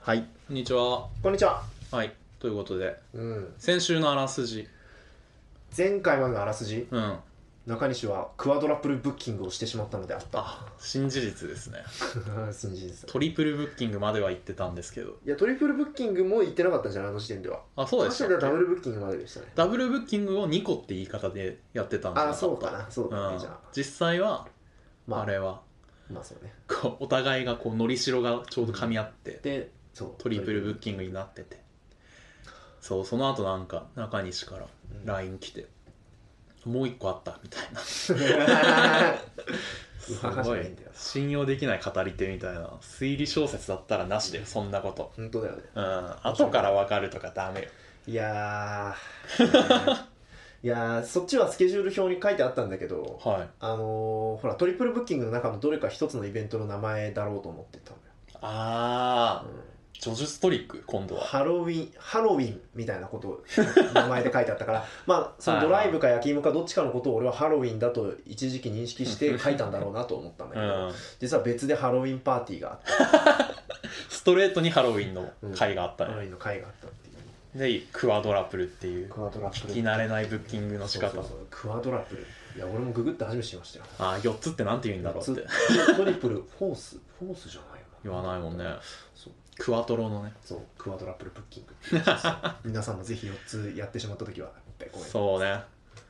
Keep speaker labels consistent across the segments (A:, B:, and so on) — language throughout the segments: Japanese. A: はい
B: こんにちは。
A: こんにちは、
B: はい。ということで、
A: うん、
B: 先週のあらすじ。
A: 前回までのあらすじ
B: うん。
A: 中西はクワドラプルブッキングをしてしまったのであ った
B: あ、新事実ですね。
A: 信じです
B: トリプルブッキングまでは行ってたんですけど。
A: いやトリプルブッキングも言ってなかったんじゃないあの時点では
B: あ、そうでした
A: あ
B: っ
A: の時点では
B: け
A: ダブルブッキングまででしたね
B: ダブルブッキングを2個って言い方でやってたんじゃな
A: ああ
B: かった
A: そうかなそうだね、
B: うん
A: じゃあ、
B: 実際は、
A: まあ、
B: あれは、
A: まあそうね
B: こうお互いがこう、のりしろがちょうど噛み合って、
A: でそう
B: トリプルブッキングになってて。そう、その後なんか、中西から LINE 来て、もう1個あった、みたいな。
A: トリプルブッキング
B: す
A: 馬鹿
B: ご
A: じゃ
B: い
A: ないんだよ
B: 信用できない語り手みたいな推理小説だったらなしだよそんなこと
A: 本当だよね
B: うん後から分かるとかダメよ
A: いやー いやーそっちはスケジュール表に書いてあったんだけど
B: はい
A: あのーほらトリプルブッキングの中のどれか一つのイベントの名前だろうと思ってたのよ
B: ああ
A: うん
B: 叙述トリック今度は
A: ハロウィン、ハロウィンみたいなことを名前で書いてあったから、 まあ、そのドライブか焼き芋かどっちかのことを俺はハロウィンだと一時期認識して書いたんだろうなと思ったんだ
B: う
A: けど、
B: ん
A: 実は別でハロウィンパーティーがあって、
B: ストレートにハロウィンの回があった
A: ハロウ
B: ね、
A: ィンの会があったっていう。
B: でクワドラプルっていう
A: クワドラプ
B: 聞き慣れないブッキングの仕方
A: そうそうそうクワドラプル。いや、俺もググって初めて知りましたよ。
B: ああ4つってなんて言うんだろうって
A: つトリプル、フォース、フォースじゃないよな。
B: 言わないもんね
A: そう
B: クワトロのね
A: そう、クワドラプルブッキングっていうやつですよ。皆さんもぜひ4つやってしまったときは、やっぱりこれ
B: そうね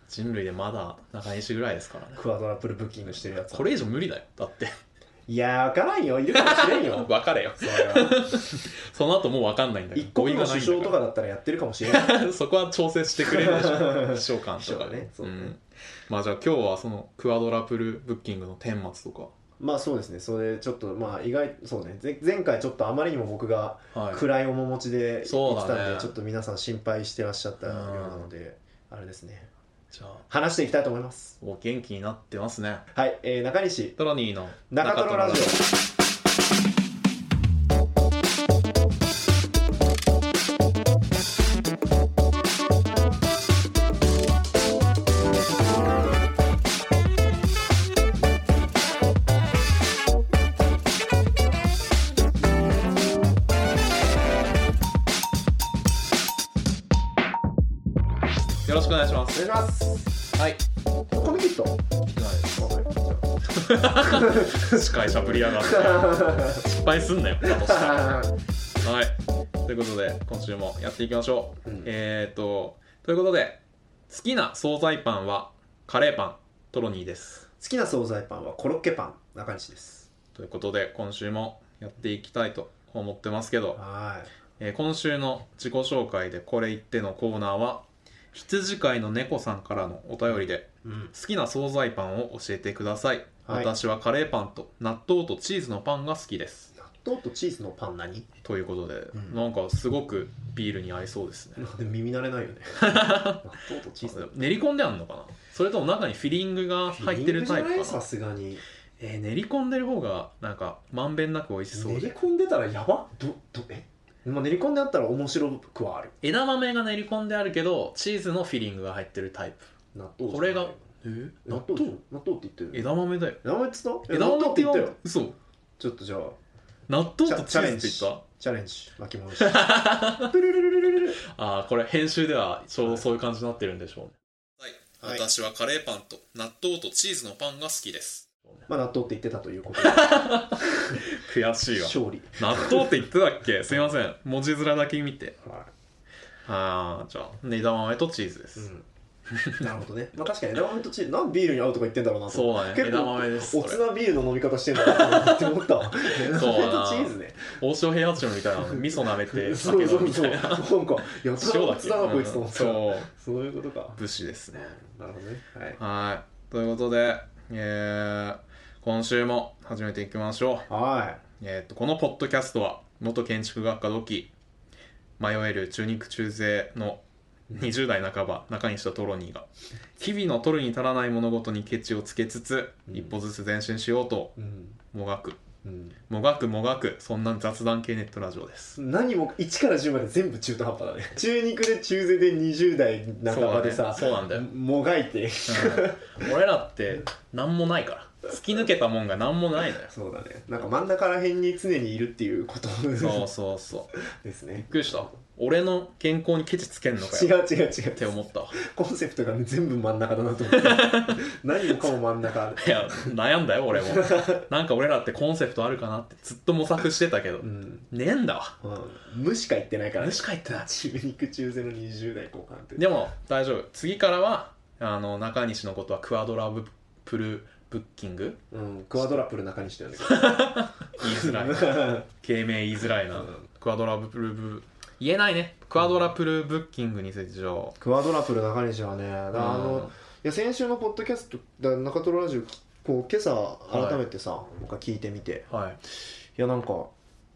B: 人類でまだ中西ぐらいですからね
A: クワドラプルブッキングしてるやつは。
B: これ以上無理だよだ って
A: いやー、わからんよ。いるかもしれんよ。
B: 分かれよ
A: それは。
B: その後もう分かんないんだよ
A: 一国
B: 合
A: の
B: 意がない
A: 首
B: ん
A: 相
B: だ
A: とかだったらやってるかもしれない。
B: そこは調整してくれるでしょ秘書官と
A: 秘書
B: か
A: はねそうね
B: ん、まあじゃあ今日はそのクアドラプルブッキングの顛末と
A: まあそうですね。それちょっと、まあ意外、そうね。ぜ前回ちょっとあまりにも僕が
B: か、はい、
A: 暗い面持ちで
B: そう
A: 言って
B: だね
A: たんで、ちょっと皆さん心配してらっしゃったようなので、あれですね。
B: じゃあ
A: 話していきたいと思います。
B: お元気になってますね
A: はい。えー、中西、
B: トロニーの
A: 中トロラジオ。
B: よろしくお願いしま
A: お
B: す
A: 願いします。
B: はい
A: コミキット。
B: 司会しゃぶりやがって失敗すんなよだとした らはいということで今週もやっていきましょう、
A: うん
B: えーっとということで好きな惣菜パンはカレーパントロニーです
A: 好きな惣菜パンはコロッケパン、中西です。
B: ということで今週もやっていきたいと思ってますけど、
A: は
B: えー今週の自己紹介でこれ言ってのコーナーは羊飼いの猫さんからのお便りで
A: い。うん。
B: 好きな惣菜パンを教えてください、
A: はい
B: 私はカレーパンと納豆とチーズのパンが好きです
A: 納豆とチーズのパン何
B: ということで、
A: ん
B: なんかすごくビールに合いそうですね
A: なんで耳慣れないよね 納豆とチーズの
B: 練り込んであんのかなそれとも中にフィリングが入ってるタイプ
A: フィリングじゃない
B: か
A: さ
B: な、
A: すがに
B: えー練り込んでる方がなんかまんべんなく美味しそう
A: 練り
B: で
A: 込んでたらやばどどえまあ練り込んであったら面白くはある
B: 枝豆が練り込んであるけどチーズのフィリングが入ってるタイプ
A: 納豆
B: これがえ
A: 納豆でしょ納豆って言ってる
B: 枝豆だよ
A: 名前つった
B: 枝
A: 納
B: 豆って言っ
A: 豆
B: た
A: って言った
B: よ
A: よ
B: 嘘
A: ちょっとじゃあ
B: 納豆と
A: チ
B: チ
A: ャレ
B: ー
A: ン
B: ズ
A: ジ
B: って言っ
A: チャレンジ巻き戻しプルルルルルルル
B: た ああこれ編集ではちょうどそういう感じになってるんでしょうね
A: はいはい
B: 私はカレーパンと納豆とチーズのパンが好きです
A: まあ納豆って言ってたという ことで
B: 悔しいわ
A: 勝利
B: 納豆って言ってたっけすいません文字面だけ見て
A: は
B: ああじゃあ枝豆とチーズで
A: い、
B: す、
A: うん、 なるほどねまあ確かに枝豆とチーズなんでビールに合うとか言ってんだろうなと
B: そうだね
A: 結構
B: 枝豆です
A: お
B: それ
A: つなビールの飲み方してんだなと思って思ったわ 枝
B: そう
A: 豆
B: だな
A: とチーズね
B: 王将平八町みたいなの味噌舐めて
A: そう
B: 酒
A: そ
B: 飲む
A: う
B: み
A: そう
B: た
A: ないんか
B: な
A: やつ
B: 塩
A: ら
B: だ
A: だ
B: っ
A: つ
B: け
A: だなこいつと
B: うん
A: 思ったら
B: そう
A: そういうことか
B: 武士ですね
A: なるほどねはい
B: はい。ということで、えー今週も始めていきましょう。
A: は
B: えー、とこのポッドキャストは、元建築学科同期、迷える中肉中背の20代半ば、中西とトロニーが、日々の取るに足らない物事にケチをつけつつ、
A: うん
B: 一歩ずつ前進しようと、
A: いうん
B: もがく、
A: うん
B: もがくもがく、そんな雑談系ネットラジオ です。
A: 何も1から10まで全部中途半端 だね中肉で中背で20代半ばでさ
B: そうだねそうなんだよ
A: もがいて
B: うん俺らって、なんもないから。突き抜けたもんが何もないのよ
A: そうだねなんか真ん中ら辺に常にいるっていうこと
B: そうそうそう
A: です
B: びっ
A: ね
B: くりした俺の健康にケチつけんのか
A: 違
B: よ
A: う違う違
B: って
A: う
B: 思ったわ
A: コンセプトが、ね、全部真ん中だなと思って何もかも真ん中
B: いや悩んだよ俺もなんか俺らってコンセプトあるかなってずっと模索してたけど
A: うん、
B: ねえんだわ
A: うん、無しか言ってないから
B: 無しか言ってない
A: 中肉中背の20代後半って
B: でも大丈夫次からはあの中西のことはクアドラブプルブッキング
A: うん、クワドラプル中にしてるんだ
B: 言いづらい
A: けど
B: 芸名言いづらいな、
A: うん
B: クアドラブプルブ言えないねクアドラプルブッキングについてじゃあ
A: クワドラプル中西はねだからあの、
B: うん
A: いや先週のポッドキャストだ中トロラジオこう今朝
B: い
A: 改めてさ、僕は聞いてみて
B: はい
A: いやなんか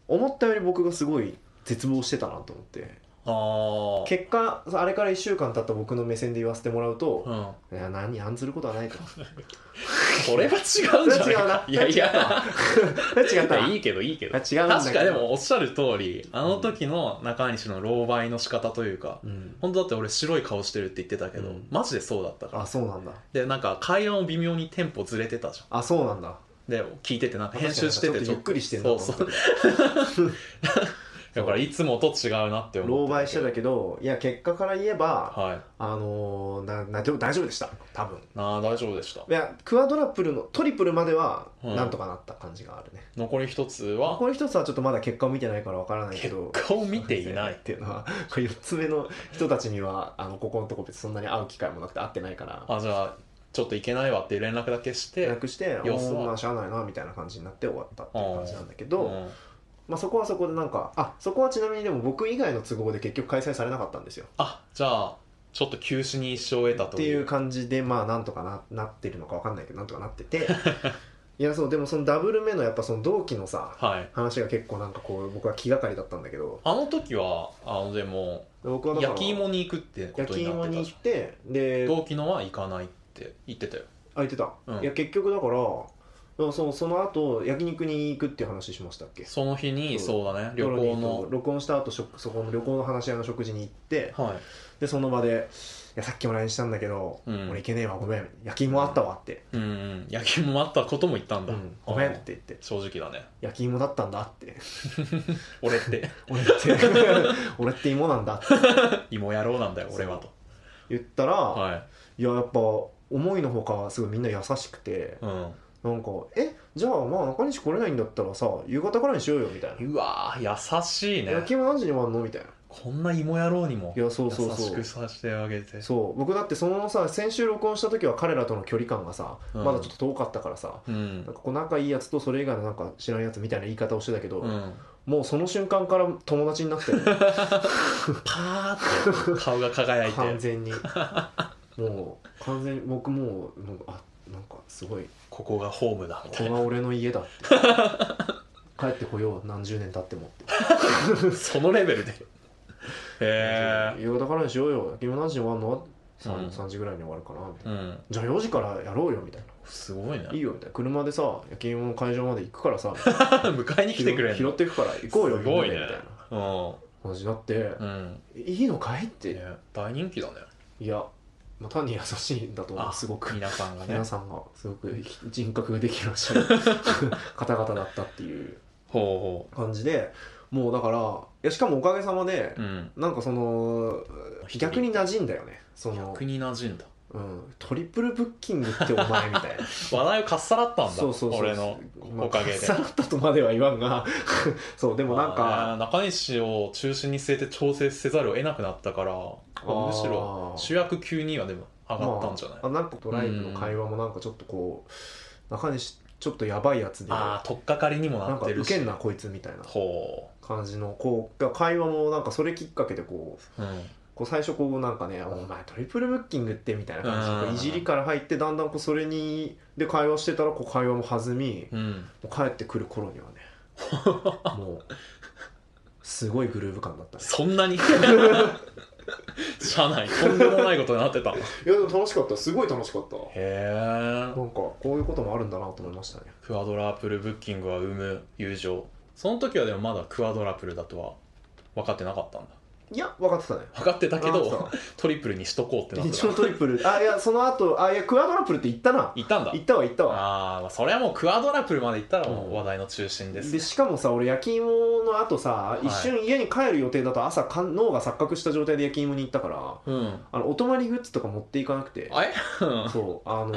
A: 思ったより僕がすごい絶望してたなと思って
B: あ
A: 結果あれから1週間経った僕の目線で言わせてもらうと、
B: あ
A: いや何案ずることはないと
B: これは違うんじゃない
A: 違うない
B: やいや
A: 違った
B: いや
A: ない
B: いけどいいけど
A: 違うんだけど
B: 確かでもおっしゃる通りあの時の中西の狼狽の仕方というか
A: うん、
B: 本当だって俺白い顔してるって言ってたけど、
A: うん
B: マジでそうだったから
A: あそうなんだ
B: でなんか会話も微妙にテンポずれてたじゃん
A: あそうなんだ
B: で聞いててなんか編集して
A: ち
B: て
A: ょっとゆっくりしてんだ
B: そ
A: と
B: う
A: 思って
B: そうだからいつもと違うなって
A: 狼
B: 思って
A: 狽してたけどいや結果から言えば
B: はい
A: あのー、なな大丈夫でした多分
B: ああ大丈夫でした
A: いやクワドラプルのトリプルまでは
B: うん
A: なんとかなった感じがあるね、
B: 残り一つは
A: これ一つはちょっとまだ結果を見てないからわからないけ
B: 結
A: ど
B: 果を見ていない
A: っていうのはこれ4つ目の人たちにはあのここのとこ別にそんなに会う機会もなくて会ってないから
B: あじゃあちょっと行けないわっていう連絡だけして
A: なくして「
B: 様子は
A: おおまあしゃあないな」みたいな感じになって終わったっていう感じなんだけ
B: う
A: ど、
B: ん
A: まあ、そこはそこでなんかあそこはちなみにでも僕以外の都合で結局開催されなかったんですよ
B: あじゃあちょっと休止に一生を得た
A: っ
B: と
A: て
B: い
A: いう
B: う
A: 感じでまあなんとかななってるのかわかんないけどなんとかなってていやそうでもそのダブル目のやっぱその同期のさ
B: はい
A: 話が結構なんかこう僕は気がかりだったんだけど
B: あの時はあのでも
A: 僕はだから
B: 焼き芋に行くってこと
A: 焼き
B: にな
A: 芋
B: って
A: に
B: た
A: 行
B: じ
A: っ
B: ゃ
A: て
B: ん
A: で
B: 同期のは行かないって言ってたよ
A: あ言ってた、
B: うん
A: いや結局だからでもそのその後焼肉に行くっていう話しましたっけ
B: その日に
A: そ
B: そうだね旅行の
A: 録音した後食そこの旅行の話し合いの食事に行って
B: はい
A: でその場で「いやさっきも LINE したんだけど、
B: うん
A: 俺行けねえわごめん焼き芋あったわ」って
B: うんうん焼き芋あったことも言ったん
A: 「う
B: だ、
A: ん、ごめん」って言って
B: 正直だね
A: 「焼き芋だったんだ」 って
B: 俺って
A: 「俺って 俺って芋なんだ」って
B: 芋野郎なんだよ俺はと
A: 言ったら、、
B: はい
A: ややっぱ思いのほかすごいみんな優しくて
B: い、うん、
A: なんか「えじゃあまあ中西来れないんだったらさ夕方からにしようよ」みたいな
B: うわー優しい
A: 「焼
B: ね
A: き芋何時に終わんの?」みたいな
B: こんな芋野郎にも
A: いやそう
B: 優
A: そう
B: し
A: そ
B: く
A: う
B: させてあげて
A: そう僕だってそのさ先週録音した時は彼らとの距離感がさ、
B: うん
A: まだちょっと遠かったからさ
B: うん
A: なんかこう仲いいやつとそれ以外のなんか知らんやつみたいな言い方をしてたけど、
B: うん、
A: もうその瞬間から友達になってる
B: パーッと顔が輝いて
A: 完全に もう完全に僕もうもうあなんかすごい
B: ここがホームだみた
A: こ
B: い
A: こ
B: な
A: が俺の家だ って帰ってこよう何十年経ってもって
B: そのレベルでへえ
A: 夕方からにしようよ君も何時に終わるの 3,、
B: うん
A: 3時ぐらいに終わるかなみたいな、
B: うん
A: じゃあ4時からやろうよみたいな
B: すごいね
A: いいよみたいな車でさ焼き芋の会場まで行くからさ
B: 迎え に来てくれん
A: 拾
B: の
A: ってくから行こうよ
B: すご
A: み
B: い
A: ん
B: ね
A: なでみたいな
B: う
A: 話になって
B: ん、うん
A: 「いいのかい?」っ
B: い
A: て
B: や大人気だね
A: いや、まあ、単に優しいんだと思
B: あ
A: うすごく
B: 皆さんがね
A: 皆さんがすごく人格ができるらっし ゃる方々だったっていう
B: ほ
A: 感じでもうだからいやしかもおかげさまで
B: うほう、うん、
A: なんかその逆に馴染んだよねその
B: 逆、に馴染んだ
A: うん、トリプルブッキングってお前 みたいな
B: 話題をかっさらったんだ
A: そうそうそう
B: 俺のおかげで、
A: さらったとまでは言わんが そうでもなんか
B: まあね中西を中心に据えて調整せざるを得なくなったからむしろ
A: あー
B: 主役級にはでも上がったんじゃない、
A: まあ、あなんかドライブの会話もなんかちょっとこう、中西ちょっとやばいやつで
B: あ
A: な
B: あ取っかかりにもなんっ
A: か
B: て
A: ウ
B: る
A: ケ
B: し
A: んなこいつみたいな
B: ほ
A: 感じのこう会話もなんかそれきっかけでこう
B: う、うん、
A: こう最初こうなんかね「お前トリプルブッキングって」みたいな感じでこ
B: う
A: うんいじりから入ってだんだんこうそれにで会話してたらこう会話も弾み
B: うん、
A: もう帰ってくる頃にはね もうすごいグルーヴ感だったね
B: そん なに社内とんでもないことになってたへ
A: いやでも楽しかったすごい楽しかったな
B: え
A: んかこういうこともあるんだなと思いましたね
B: クアドラプルブッキングは生む友情その時はでもまだクアドラプルだとは分かってなかったんだ
A: いや分かってたね
B: 測ってたけ
A: 分か
B: ど
A: って
B: トリプルにしとこうってな
A: た
B: っ
A: 一応
B: た
A: トリプル あいやその後あいやクアドラプルって言ったない
B: たんだ
A: 言ったわ言ったわ
B: あーまあそれはもうクアドラプルまで行ったらも
A: う
B: うん話題の中心です、
A: でしかもさ俺焼き芋の後さ
B: い
A: 一瞬家に帰る予定だと朝かん脳が錯覚した状態で焼き芋に行ったから
B: うん
A: あのお泊まりグッズとか持っていかなくて
B: あれ
A: そうあ の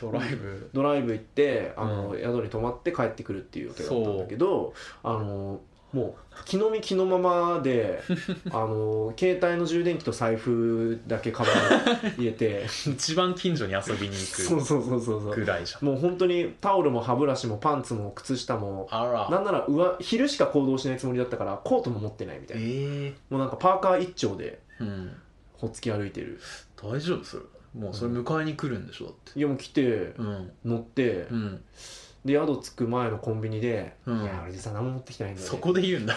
B: ドライブ
A: ドライブ行ってあの、宿に泊まって帰ってくるっていう予定だったんだけどあのもう気の身気のままで あの携帯の充電器と財布だけカバンに入れ て
B: 一番近所に遊びに
A: そ
B: 行
A: うそうそうそう
B: く
A: そ
B: ぐらいじゃん
A: うもう本当にタオルも歯ブラシもパンツも靴下も
B: あ
A: な
B: ら
A: んなら上昼しか行動しないつもりだったからコートも持ってないみたい
B: ええ
A: なもうなんかパーカー一丁で
B: うん
A: ほっつき歩いてる
B: 大丈夫それもうそれ迎えに来るんでしょだって
A: いやもう来て
B: うん
A: 乗って
B: うん
A: で宿着く前のコンビニで「
B: うん
A: いや俺実は何も持ってきてないんだよね」
B: そこで言うんだ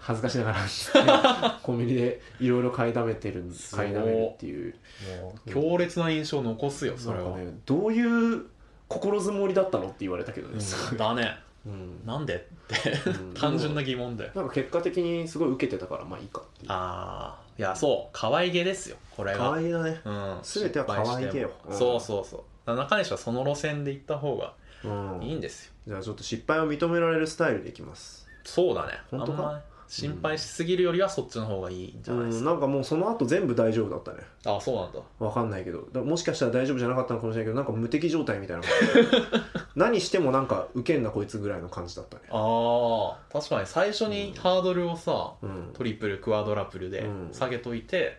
A: 恥ずかしなが らコンビニでいろいろ買いだめてる
B: すご
A: 買
B: い
A: いだめるっていう
B: もう強烈な印象を残すよそ
A: な
B: れ
A: ん
B: は、
A: かねどういう心づもりだったのって言われたけど
B: う
A: ね、すご
B: ん、
A: い
B: だね
A: うん
B: なんでって
A: うん
B: 単純な疑問だよ
A: なんか結果的にすごい受けてたからまあいいかっていう
B: ああいやそう可愛げですよこれ
A: 可
B: は
A: 愛いだね
B: うん
A: 全ては可愛げよ
B: 失敗してもそうそうそうだから中西はその路線で行った方が
A: うん
B: いいんですよ
A: じゃあちょっと失敗を認められるスタイルでいきます
B: そうだね
A: 本当か
B: あんま心配しすぎるよりはそっちの方がいいんじ
A: う
B: ゃないです
A: ん
B: か、
A: なんかもうその後全部大丈夫だったね
B: あそうなんだ
A: わかんないけどだもしかしたら大丈夫じゃなかったのかもしれないけどなんか無敵状態みたいな感じ 何してもなんか受けんなこいつぐらいの感じだったね
B: あー確かに最初にハードルをさ、
A: うん
B: トリプルクアドラプルで
A: うん
B: 下げといて、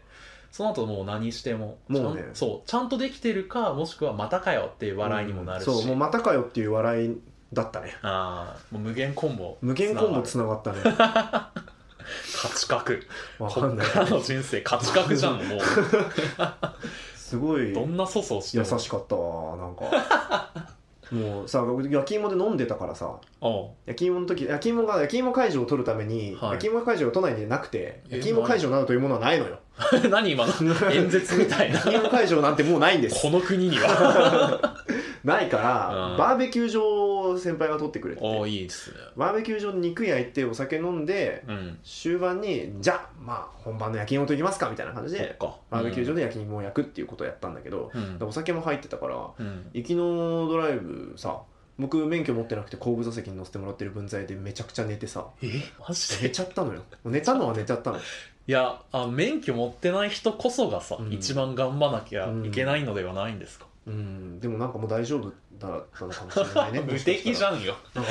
B: その後もう何しても
A: もうね
B: ちゃんそうちゃんとできてるかもしくはまたかよっていう笑いにもなるし、
A: うんそうもうまたかよっていう笑いだったね
B: ああもう無限コンボ
A: 無限コンボ
B: つ
A: つながったね
B: 価値格
A: わ
B: こ
A: かん
B: っ
A: ない
B: からの人生価値格じゃんも う
A: すごい
B: どんな粗相して
A: 優
B: も
A: しかったわなんかもうさ焼き芋で飲んでたからさ
B: おう
A: 焼き芋の時焼き芋が焼き芋会場を取るために、
B: はい
A: 焼き芋会場が都内になくて
B: え
A: 焼き芋会場などというものはないのよ
B: 何今の 演説みたいな
A: 焼き芋会場なんてもうないんです
B: この国には
A: ないから、
B: うん
A: バーベキュー場を先輩が取ってくれてて
B: おーいいですね
A: バーベキュー場で肉焼いてお酒飲んで
B: うん
A: 終盤にじゃあまあ本番の焼き芋といきますかみたいな感じ
B: そ
A: で
B: っか
A: バーベキュー場で焼き芋を焼くっていうことをやったんだけど、
B: うん
A: お酒も入ってたから
B: うん
A: 行きのドライブさ僕免許持ってなくて後部座席に乗せてもらってる分際でめちゃくちゃ寝てさ
B: えマジで
A: 寝ちゃったのよ 寝たのは寝ちゃったの
B: いやあ免許持ってない人こそがさ、
A: うん
B: 一番頑張らなきゃいけないのではないんですか、
A: うんでもなんかもう大丈夫だったのかもしれないね
B: 無敵じ
A: ゃ
B: ゃんよ
A: なん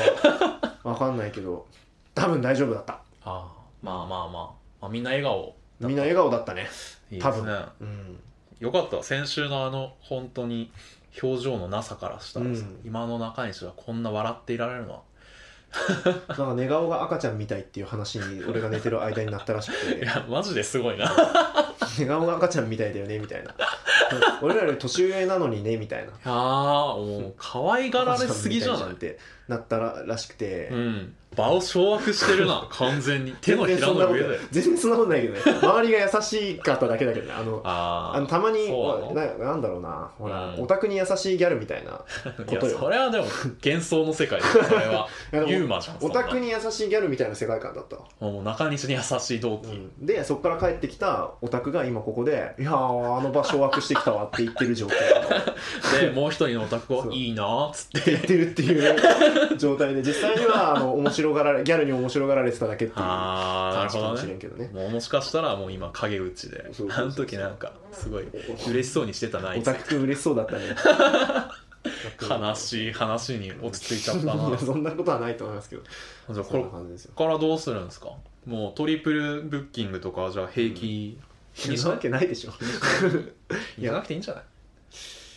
A: かわかんないけど多分大丈夫だった
B: あーまあまあまあ、まあ、みんな笑顔
A: みんな笑顔だったね
B: いいで
A: 多
B: すね
A: 分うん
B: よかった先週のあの本当に表情のなさからしたらさ、
A: うん
B: 今の中西はこんな笑っていられるのは
A: なんか寝顔が赤ちゃんみたいっていう話に俺が寝てる間になったらしく
B: い
A: て
B: やマジですご いな
A: 寝顔が赤ちゃんみたいだよねみたいな俺らより年上なのにねみたいな
B: あーもう可愛がられすぎじゃ
A: 赤ち
B: な
A: み
B: い
A: たいじゃんってなったららしくて、
B: うん場を掌握して るな完全に手のひらの上で
A: 全然そんなことないけどね 周りが優しかっただけだけどねあの
B: あー
A: あのたまに
B: そうな
A: ななんだろうなほら、
B: うん
A: オタクに優しいギャルみたいな
B: のいや
A: ことよ
B: それはでも幻想の世界 だよそれは
A: いやでも
B: ユーマじゃんそ
A: オ
B: んな
A: タクに優しいギャルみたいな世界観だったわ、
B: もう中西に優しい同
A: う
B: 期、
A: ん、でそこから帰ってきたオタクが今ここで「いやーあの場掌握してきたわ」って言ってる状態
B: でもう一人のオタク
A: そ
B: を
A: う
B: いいなーっつっ
A: 言っててるっていう状態で実際にはあの面白がられギャルに面白がられてただけっていう感
B: ああなる
A: じ
B: ほ
A: かも
B: ど
A: しれ
B: ね
A: んけどね
B: もうもしかしたらもう今陰口で
A: そうそうそう
B: あの時なんかすごい嬉しそうにしてたなあい
A: オ
B: つ
A: タクくん嬉しそうだったね
B: 悲しい話に落ち着いちゃ ったな
A: いや
B: じ
A: そんなことはないと思いますけど
B: ゃあこ
A: そん
B: れ
A: な
B: こ
A: 感じですよ
B: こからどうするんですかもうトリプルブッキングとかはじゃあ平気
A: いやそんなわけないでしょ
B: いやなくていいんじゃない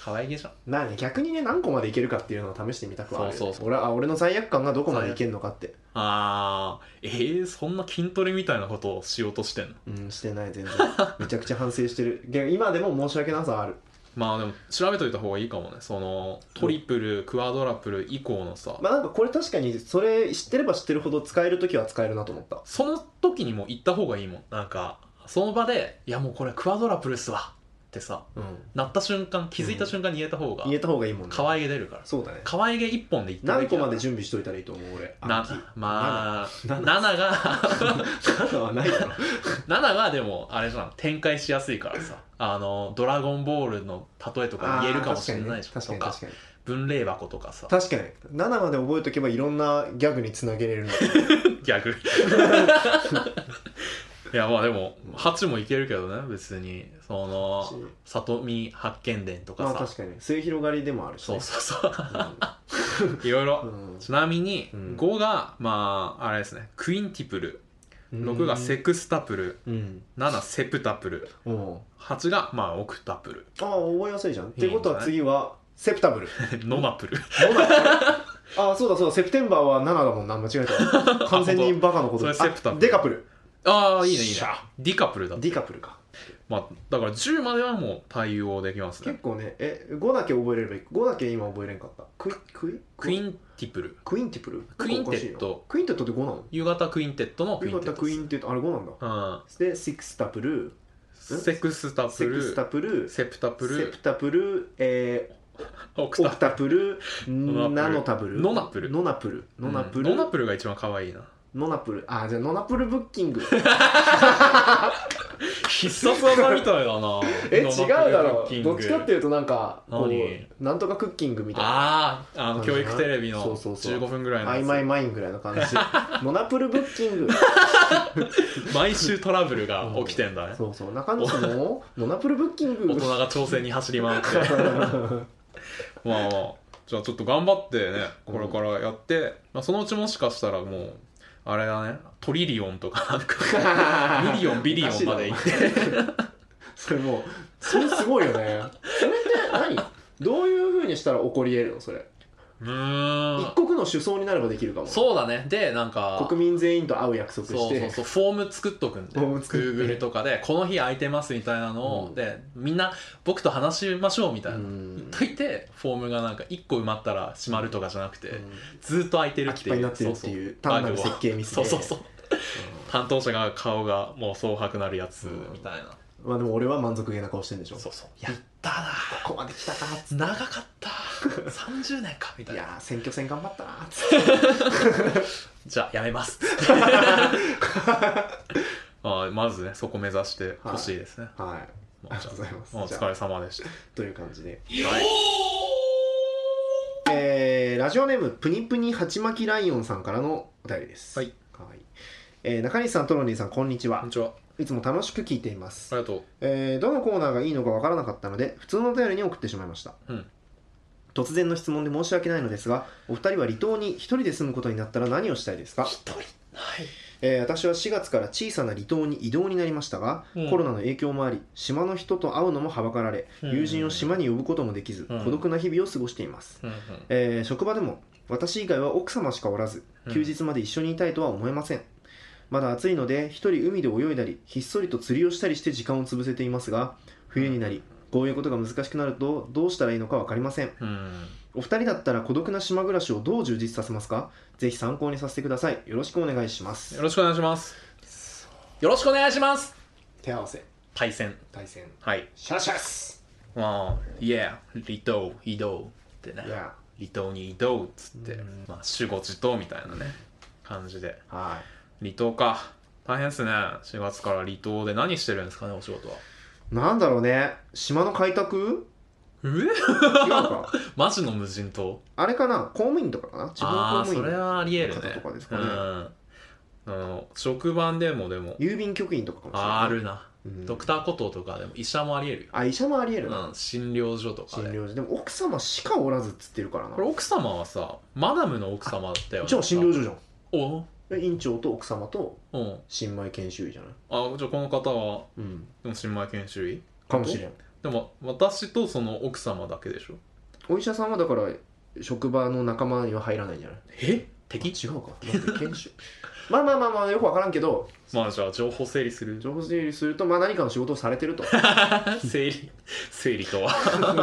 B: 可愛げじゃん
A: まあね逆にね何個までいけるかっていうのを試してみたくはある
B: そうそうそう
A: 俺はあ俺の罪悪感がどこまでいけるのかって、
B: あーえー、そんな筋トレみたいなことをしようとしてんの
A: うん、してない全然めちゃくちゃ反省してるで今でも申し訳なさはある
B: まあでも調べといた方がいいかもねそのトリプルクアドラプル以降のさ
A: まあなんかこれ確かにそれ知ってれば知ってるほど使える時は使えるなと思った
B: その時にもう行った方がいいもんなんかその場で「いやもうこれクアドラプルっすわ」ってさ
A: うん
B: 鳴った瞬間気づいた瞬間に言えた方が
A: 言えた方がいいもんね
B: 可愛げ出るから
A: そうだね
B: 可愛げ一本でいった
A: 何個まで
B: で
A: 準備しといたらいいと思う俺
B: な
A: 秋
B: まあ
A: な
B: 7が
A: 7はないだろ
B: 7がでもあれじゃん展開しやすいからさあの「ドラゴンボール」の例えと か言えるかもしれないし
A: 確か
B: と
A: に
B: か
A: 確かに
B: 分類箱とかさ
A: 確かに7まで覚えとけばいろんなギャグにつなげれるの
B: ギ ャグいやまあでも8もいけるけどね別にその「里見八犬伝」と
A: まあ
B: かさ
A: 確かに末広がりでもあるし
B: そ
A: ね
B: うそうそういろいろ
A: うん
B: ちなみに
A: うん
B: 5がまああれですねクインティプル
A: うん
B: 6がセクスタプル
A: うん
B: 7セプタプル
A: おう
B: 8がまあオクタプル
A: ああ覚えやすいじゃんってこと
B: いいんじゃな
A: はい次はセプタブル
B: ノナプル
A: ああそうだそうだセプテンバーは7だもんな間違え た完全にバカのこと
B: それセプタブ
A: あ
B: ル
A: デカプル
B: ああいいねいいね
A: しゃ
B: ディカプルだ
A: ディカプルか
B: まあだから10まではもう対応できます
A: 結
B: ね
A: 構ねえ5だけ覚えれればいい5だけ今覚えれんかったクイクイ
B: クインティプル
A: クインティプル
B: クイ
A: なん
B: ンテット
A: かおかしいなクインテットって5なの
B: 夕方クインテットのクイン
A: よ
B: テ
A: か
B: ッ
A: った
B: ト
A: ク
B: で
A: イ
B: す
A: ンテットあれ5なんだ
B: うん
A: でシクスタプル
B: セクスタプ
A: セク
B: ル
A: スタプル
B: セプタプ
A: セプ
B: ル
A: タプルえ
B: オク
A: ーオ
B: タ
A: クタプル
B: ノナプル
A: ナノタプル
B: ノナプル
A: ノナプルノナプ
B: う
A: ル
B: んノナプルが一番可愛いな
A: ノナプルあーじゃあノナプルブッキング
B: 必殺技みたいだ な
A: え違うだ
B: ノナ
A: ろ
B: プルクッキング
A: どっちかっていうとなんかこ
B: 何
A: うなんとかクッキングみたいな
B: あああの教育テレビの
A: そうそうそう
B: 15分ぐらいの
A: 曖
B: やつ
A: 昧マインぐらいの感じノナプルブッキング
B: 毎週トラブルが起きてん だね
A: そうそう中野さんのノナプルブッキング
B: 大人が挑戦に走り回ってまあまあじゃあちょっと頑張ってねこれからやって、まあ、そのうちもしかしたらもうあれだねトリリオンとかなん かミリオンビリオンまで行って
A: それもうそれすごいよねそれって何どういうふうにしたら起こり得るのそれ
B: うー
A: 一
B: ん
A: 国の首相になればできるかも
B: そうだねでなんか
A: 国民全員と会う約束
B: そ
A: し
B: うそう
A: て
B: そうフォーム作っとくんで
A: フォーム作って
B: Google とかでこの日空いてますみたいなのを、
A: うん
B: でみんな僕と話しましょうみたいな、
A: うん
B: といてフォームがなんか1個埋まったら閉まるとかじゃなくて、ずーっと空いてるっ
A: 空き
B: て
A: っぱ
B: い
A: に
B: う
A: なってるっていう単なる設計ミスで
B: そうそうそう担当者が顔がもう蒼白なるやつ
A: うん
B: みたいな、
A: まあでも俺は満足げな顔してるんでしょ
B: そうそうやったな
A: ここまで来たかっつっ
B: 長かった 30年かみ
A: て
B: たい
A: い
B: な
A: やー選挙戦頑張ったなーっ つって
B: じゃあやめます まあまずねそこ目指してほしいですね、
A: はいありがとうございます
B: お疲れ様でした
A: という感じで
B: はい
A: えーラジオネームプニプニハチマキライオンさんからのお便りです
B: はい、
A: いえー中西さんトロニーさんこんにち
B: こん
A: は
B: にちはあ
A: いつも楽しく聞いています
B: りがとう
A: えーどのコーナーがいいのかわからなかったので普通のお便りに送ってしまいました、
B: うん
A: 突然の質問で申し訳ないのですがお二人は離島に一人で住むことになったら何をしたいですか、
B: 人はい
A: えー私は4月から小さな離島に移動になりましたが、
B: うん
A: コロナの影響もあり島の人と会うのもはばかられ、
B: うん
A: 友人を島に呼ぶこともできず、
B: うん
A: 孤独な日々を過ごしています、
B: うん
A: えー職場でも私以外は奥様しかおらず
B: うん
A: 休日まで一緒にいたいとは思えません、まだ暑いので一人海で泳いだりひっそりと釣りをしたりして時間を潰せていますが冬になりこういうことが難しくなるとどうしたらいいのか分かりません
B: うんうん
A: お二人だったら孤独な島暮らしをどう充実させますかぜひ参考にさせてくださいよろしくお願いしま
B: よ
A: す
B: ろしくお願いしますよろしくお願いします
A: 手合わせ
B: 対戦
A: 対戦
B: はい
A: シャシャス
B: まあ、いや、離島、移動ってね、
A: いや
B: 離島に移動っつって、
A: うん
B: まあ、守護自島みたいなね、感じで。
A: は
B: 離島か。大変っすね。4月から離島で何してるんですかね、お仕事は。
A: いなんだろうね島の開拓
B: え
A: 違うか
B: マジの無人島
A: あれかな公務員とかかな自分
B: ああ
A: 公
B: ー、
A: 務員
B: それはありえる
A: 方と
B: ね。
A: かです
B: う
A: かね
B: ん。あの、職場でもでも、
A: 郵便局員とかかもしれない
B: あるな。
A: うん
B: ドクターコトーとかでも医者もありえるよ。
A: あ医者もありえるな、
B: うん、診療所とか
A: 診
B: で。
A: 療所でも奥様しかおらずっつってるからな
B: これ奥様はさ、マダムの奥様だよね。
A: じゃあ診療所じゃん
B: お
A: え院長と奥様と
B: うん。
A: 新米研修医じゃない
B: あ、じゃあこの方は、
A: うん
B: でも新米研修医
A: かもしれん
B: でも私とその奥様だけでしょ
A: お医者さんはだから職場の仲間には入らないんじゃない
B: え
A: 敵違うか待って研修 まあまあまあまあよくわからんけど
B: まあじゃあ情報整理する
A: 情報整理するとまあ何かの仕事をされて ると
B: 整理整理とはい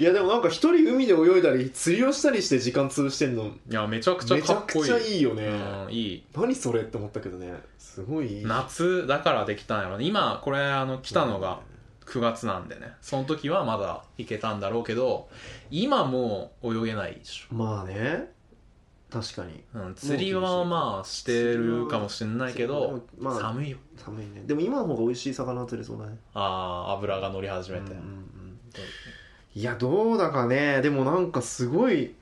A: やでもなんか一人海で泳いだり釣りをしたりして時間潰してんの
B: いやめちゃくちゃ
A: めち
B: か
A: ゃ
B: っ
A: く
B: こい
A: ち
B: い
A: ゃいいよね、
B: うん、いい
A: 何それって思ったけどねすごいいい
B: 夏だからできたんやろね今これあの来たのが9月なんでねその時はまだ行けたんだろうけど今もう泳げないでしょ
A: まあね確かに
B: うん、釣りはまあしてるかもしれないけど、
A: でもまあ
B: 寒いよ
A: 寒いねでも今の方が美味しい魚釣れそうだね
B: ああ油が乗り始めて、
A: うんうんうんいやどうだかねでもなんかすごい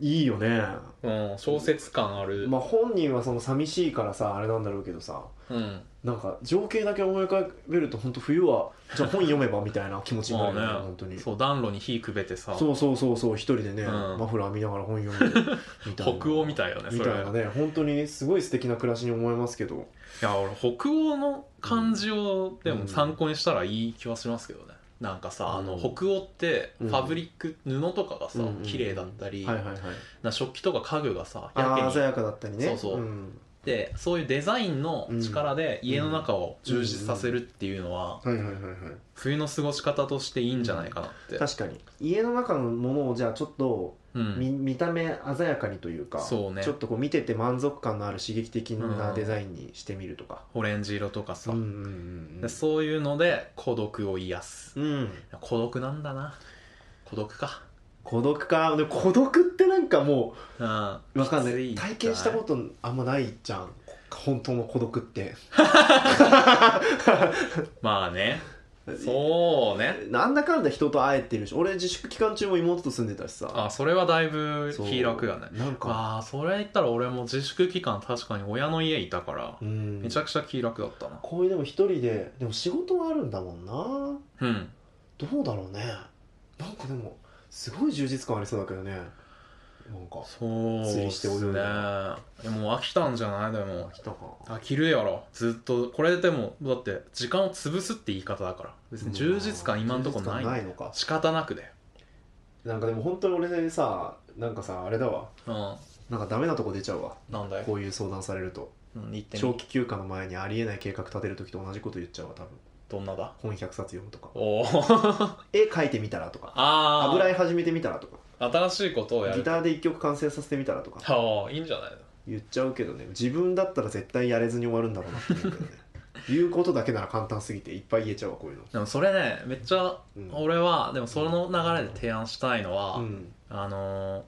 A: いいよね
B: うん、小説感ある、
A: まあ本人はその寂しいからさあれなんだろうけどさ
B: うん
A: なんか情景だけ思い浮かべると本当冬はじゃあ本読めばみたいな気持ちになるよね
B: まあね
A: 本当に
B: そう暖炉に火くべてさ
A: そうそうそうそう一人でね、
B: うん
A: マフラー見ながら本読んでみたいな
B: 北欧みたいよねそ
A: み
B: れ
A: たいなね本当にすごい素敵な暮らしに思いますけど
B: いや俺北欧の漢字をでも参考にしたらいい気はしますけどね、なんかさあの
A: うん
B: 北欧って
A: う
B: フ
A: ん
B: ァブリック、布とかがさ
A: うんうん
B: 綺麗だったり、
A: はいはいはい
B: な食器とか家具がさやけ
A: ああ
B: に
A: 鮮やかだったりね
B: そうそうんでそういうデザインの力で家の中を充実させるっていうのは
A: はいはいはいはい
B: 冬の過ごし方としていいんじゃないかなって、
A: 確かに家の中のものをじゃあちょっと
B: うん
A: 見,、見た目鮮やかにというか
B: そうね
A: ちょっとこう見てて満足感のある刺激的
B: う
A: なんデザインにしてみるとか、
B: オレンジ色とかさ、
A: うんうんうんうん
B: でそういうので孤独を癒す
A: うん
B: 孤独なんだな孤独か
A: 孤独かで孤独ってなんかも
B: うんわ
A: うわかんない体験したこととあんまないじゃん本当の孤独って
B: まあ ねそうね
A: なんだかんだ人と会えてるし俺自粛期間中も妹と住んでたしさ
B: あそれはだいぶ気楽だね
A: そうなんか
B: ああそれ言ったら俺も自粛期間確かに親の家いたから
A: うん
B: めちゃくちゃ気楽だったな
A: こういうでも一人ででも仕事はあるんだもんな
B: うん
A: どうだろうねなんかでもすごい充実感ありそうだけどねなんか
B: そう
A: 釣
B: で
A: りして泳
B: す
A: い
B: ね
A: だ
B: でも飽きたんじゃないでも
A: 飽きたか
B: 飽きるやろずっとこれでもだって時間を潰すって言い方だから別に充実感今んとこ
A: 充
B: な
A: 実
B: い
A: 感ないのか
B: 仕方なくだよ
A: なんかでも本当に俺ねさなんかさあれだわ
B: う
A: なんかダメなとこ出ちゃうわ
B: んなんだよ
A: こういう相談されると
B: うん言ってみ
A: 長期休暇の前にありえない計画立てる時と同じこと言っちゃうわ多分
B: どんなだ
A: 本100冊読むとか
B: おお
A: 絵描いてみたらとか
B: あ
A: 油絵始めてみたらとか
B: あ新しいことをや
A: ギ
B: る
A: ターで一曲完成させてみたらとか
B: ああいいんじゃないの
A: 言っちゃうけどね自分だったら絶対やれずに終わるんだろうなって思うけ どね言うことだけなら簡単すぎていっぱい言えちゃうわこういうの
B: でもそれねめっちゃ
A: うん
B: 俺はでもその流れで提案したいのは、
A: うん
B: あの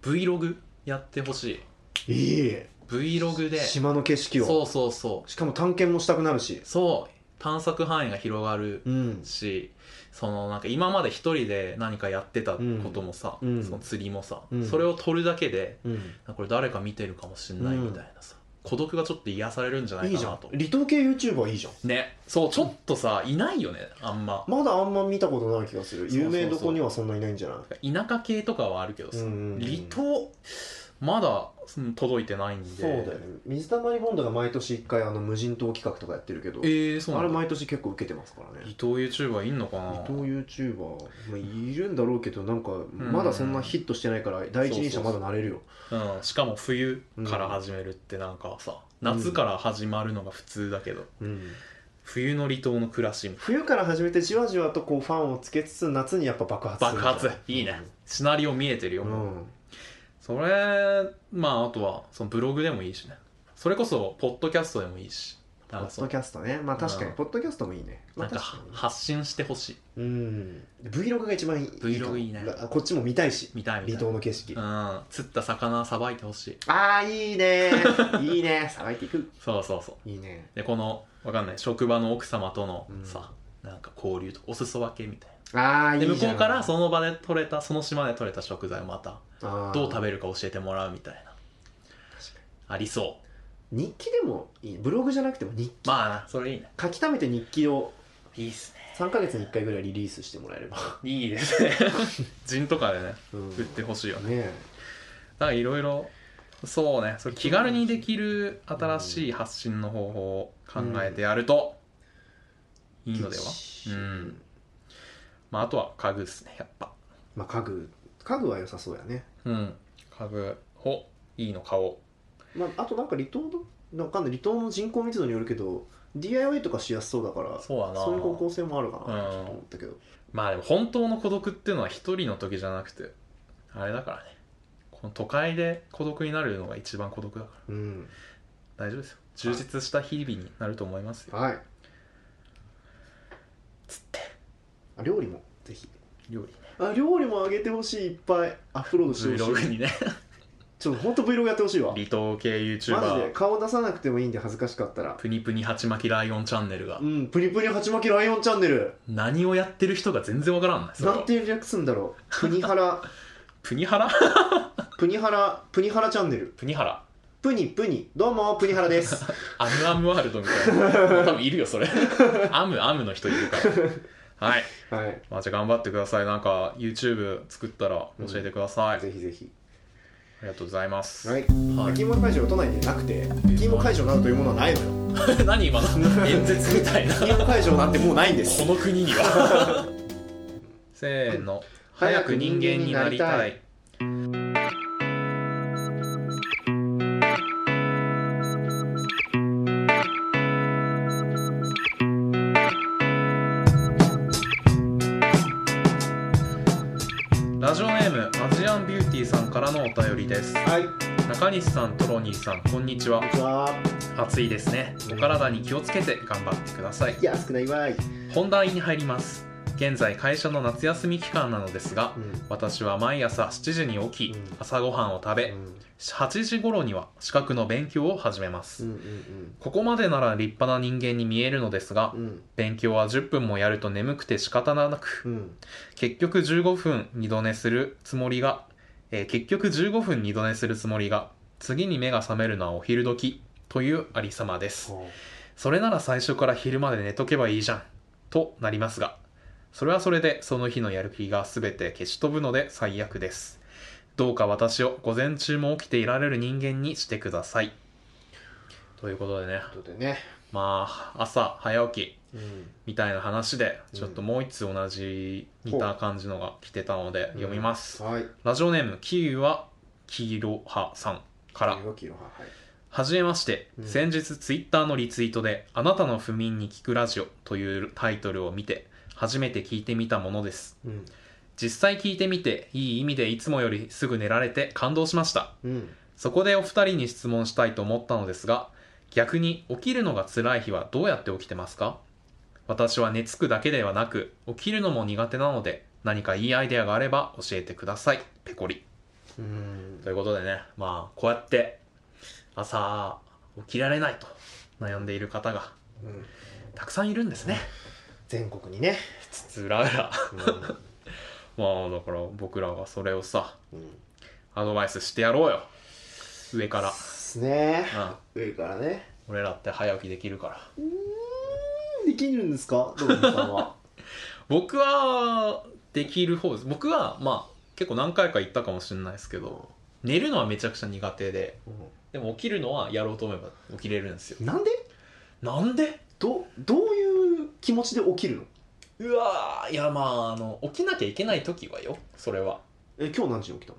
B: ー Vlog やってほしい
A: いい
B: Vlog で
A: 島の景色
B: そ
A: を
B: うそうそう
A: しかも探検もしたくなるし
B: そう探索範囲が広がる
A: うん
B: しそのなんか今まで一人で何かやってたこともさ、
A: うん
B: その釣りもさ、
A: うん
B: それを撮るだけで
A: うん
B: あこれ誰か見てるかもしんないみたいなさ、孤独がちょっと癒されるんじゃない
A: いい
B: か
A: じゃ
B: なんと
A: 離島系 YouTuber いいじゃん
B: ねそうちょっとさ、いないよねあんま
A: まだあんま見たことない気がする
B: そうそ
A: 有
B: うそう
A: 名どこにはそんないないんじゃない
B: 田舎系とかはあるけどさ、
A: うん
B: 離島まだうん届いてないんで
A: そうだよね水溜りボンドが毎年1回あの無人島企画とかやってるけど
B: えー、そう
A: あ
B: な
A: れ
B: んだ
A: 毎年結構受けてますから
B: 離
A: ね
B: 島 YouTuber いんのかな
A: 離島 YouTuber、まあ、いるんだろうけどなんか
B: ん
A: まだそんなヒットしてないから第一人者まだなれるよ
B: うん、しかも冬から始めるってなんかさ、夏から始まるのが普通だけど
A: うん
B: 冬の離島の暮らしみ
A: 冬から始めてじわじわとこうファンをつけつつ夏にやっぱ爆発す
B: 爆
A: る
B: 発いいね、シナリオ見えてるよ、
A: う
B: もうんそれまああとはそのブログでもいいしねそれこそポッドキャストでもいいし
A: ポ
B: なんか
A: ッ
B: そ
A: ド
B: う
A: キャストねまあ確かに
B: うん
A: ポッドキャストもいいねま
B: な
A: あ
B: んか
A: 確かに
B: 発信してほしい
A: うん Vlog が一番いい
B: Vlog いいね
A: あこっちも見たいし
B: みたい
A: 離
B: みたい
A: 島の景色
B: うん、釣った魚さばいてほしい
A: ああいい ねいいねさばいていく
B: そうそうそう
A: いいね
B: でこのわかんない職場の奥様との
A: うん
B: さ、なんか交流とかお裾分けみたい
A: ああ
B: ないで向
A: いじ
B: こ
A: ゃん
B: うからその場で取れたその島で取れた食材をまた
A: あー
B: どう食べるか教えてもらうみたいな
A: 確か
B: ありそう
A: に日記でもいいブログじゃなくても日記
B: まあなそれいいね
A: 書き溜めて日記を
B: いいっすね
A: 3ヶ月に1回ぐらいリリースしてもらえれば
B: いいです ね陣とかでね
A: うん
B: 売ってほしいよ
A: ね
B: ね
A: え
B: だからいろいろそうねそれ気軽にできる新しい発信の方法を考えてやるといいのではうんまああとは家具っすねやっぱ
A: まあ家具家具は良さそうやね
B: うん家具をいいの買おう
A: まあ、あとなんか離島のわかんない離島の人口密度によるけど DIY とかしやすそうだから
B: そうだな
A: いう方向性もあるかな
B: うん
A: ちょっと思ったけど
B: まあでも本当の孤独っていうのは一人の時じゃなくてあれだからねこの都会で孤独になるのが一番孤独だか
A: うん
B: ら大丈夫ですよ充実した日々になると思いますよ
A: はい
B: つって
A: あ料理もぜひ
B: 料理
A: あ料理も上げてほしいいっぱいアップロードしてほし
B: Vlog
A: い
B: にね
A: ちょっとほんと Vlog やってほしいわ
B: 離島系
A: マジで
B: YouTuber
A: 顔出さなくてもいいんで恥ずかしかったら
B: プニプニハチマキライオンチャンネルが
A: うんプニプニハチマキライオンチャンネル
B: 何をやってる人が全然わからんねそれ
A: な
B: は
A: んて略すんだろうプニハラ
B: プニハラ
A: プニハラプニハラチャンネル
B: プニハラ
A: プニプニどうもプニハラです
B: アムアムワールドみたい なもう多分いるよそれアムアムの人いるからはい、
A: はい
B: まあ、じゃあ頑張ってくださいなんか YouTube 作ったら教えてください、あ
A: ぜひぜひ
B: りがとうございます、
A: はい
B: はい
A: 焼き芋会場は都内でなくて焼き芋会場などというものはないのよ
B: 何今の演説 みたいなこ
A: 焼き芋会場なんてもうないんです
B: の国には せーの
A: 早く人間になりたい
B: ラジオネームアジアンビューティーさんからのお便りです
A: はいこんに
B: 中西さんトロニーさんこんにちは
A: ちは
B: 暑いですねお体に気をつけて頑張ってください
A: いや少ないわい、
B: 本題に入ります現在会社の夏休み期間なのですが
A: うん
B: 私は毎朝7時に起
A: う
B: き
A: ん
B: 朝ごはんを食べ8時頃には資格の勉強を始めま
A: う
B: す
A: んうん
B: ここまでなら立派な人間に見えるのですが
A: うんうん
B: 勉強は10分もやると眠くて仕方なく
A: うん
B: 結局15分二度寝するつもりが、えー結局15分二度寝するつもりが次に目が覚めるのはお昼時というありさまです
A: ほ
B: それなら最初から昼まで寝とけばいいじゃんとなりますがそれはそれでその日のやる気が全て消し飛ぶので最悪ですどうか私を午前中も起きていられる人間にしてくださいということでね
A: うということでね、
B: まあ朝早起き
A: うん、
B: みたいな話で
A: うん
B: ちょっともう一つ同じ似た感じのが来てたので読みます、
A: はい
B: ラジオネームキウはキロハさんから
A: 動きの母はい
B: はじめまして、
A: うん
B: 先日ツイッターのリツイートで「あなたの不眠に聞くラジオ」というタイトルを見て初めて聞いてみたものです
A: うん
B: 実際聞いてみていい意味でいつもよりすぐ寝られて感動しました
A: うん
B: そこでお二人に質問したいと思ったのですが逆に起きるのが辛い日はどうやって起きてますか私は寝つくだけではなく起きるのも苦手なので何かいいアイデアがあれば教えてくださいペコリ
A: うん
B: ということでねまあこうやって朝起きられないと悩んでいる方が
A: うん
B: たくさんいるんですね
A: 全国にね、
B: つつ裏
A: う
B: 裏まあだから僕らはそれをさ
A: んうん、
B: アドバイスしてやろうよ上から
A: ですね
B: うん
A: 上からね
B: 俺らって早起きできるから
A: できるんですかドロミさんは
B: 僕はできる方です僕はまあ結構何回か言ったかもしれないですけど寝るのはめちゃくちゃ苦手で
A: う
B: でも起きるのはやろうと思えば起きれるんですよ
A: んなんで
B: なんで
A: どどういう気持ちで起きるの
B: うわーいやまああの起きなきゃいけない時はよそれは
A: え今日何時に起きた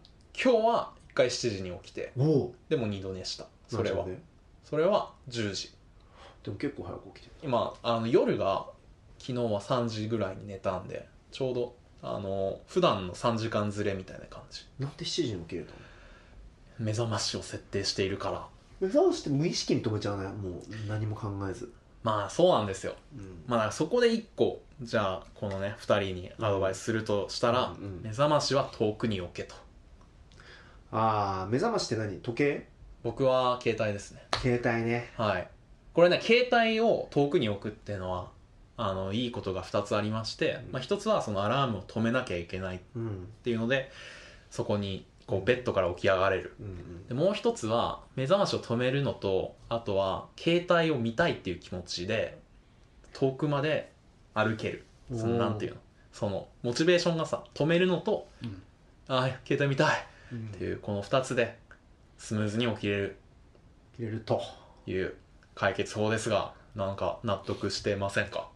B: 今日は1回7時に起きて
A: のおお
B: でも二度寝したそれは、それは10時
A: でも結構早く起きて
B: 今あの夜が昨日は3時ぐらいに寝たんでちょうどあの普段の3時間ずれみたいな感じ
A: るなんで7時に起きれたの
B: 目覚ましを設定しているから
A: 目覚ましって無意識に止めちゃうねもう何も考えず、
B: まあそうなんですよ
A: うん
B: まあだからそこで1個じゃあこのね2人にアドバイスするとしたら、
A: うんうん
B: 目覚ましは遠くに置けと
A: ああ目覚ましって何時計
B: 僕は携帯ですね
A: 携帯ね
B: はいこれね携帯を遠くに置くっていうのはあのいいことが2つありまして、まあ、1つはそのアラームを止めなきゃいけないっ
A: うん
B: ていうのでそこにこうベッドから起き上がれる
A: うんうん
B: でもう一つは目覚ましを止めるのとあとは携帯を見たいっていう気持ちで遠くまで歩けるその
A: おー
B: なんていうのそのモチベーションがさ止めるのと、
A: うん
B: ああ携帯見たい
A: うん
B: っていうこの2つでスムーズに起きれる
A: 切れると
B: いう解決法ですがなんか納得してませんか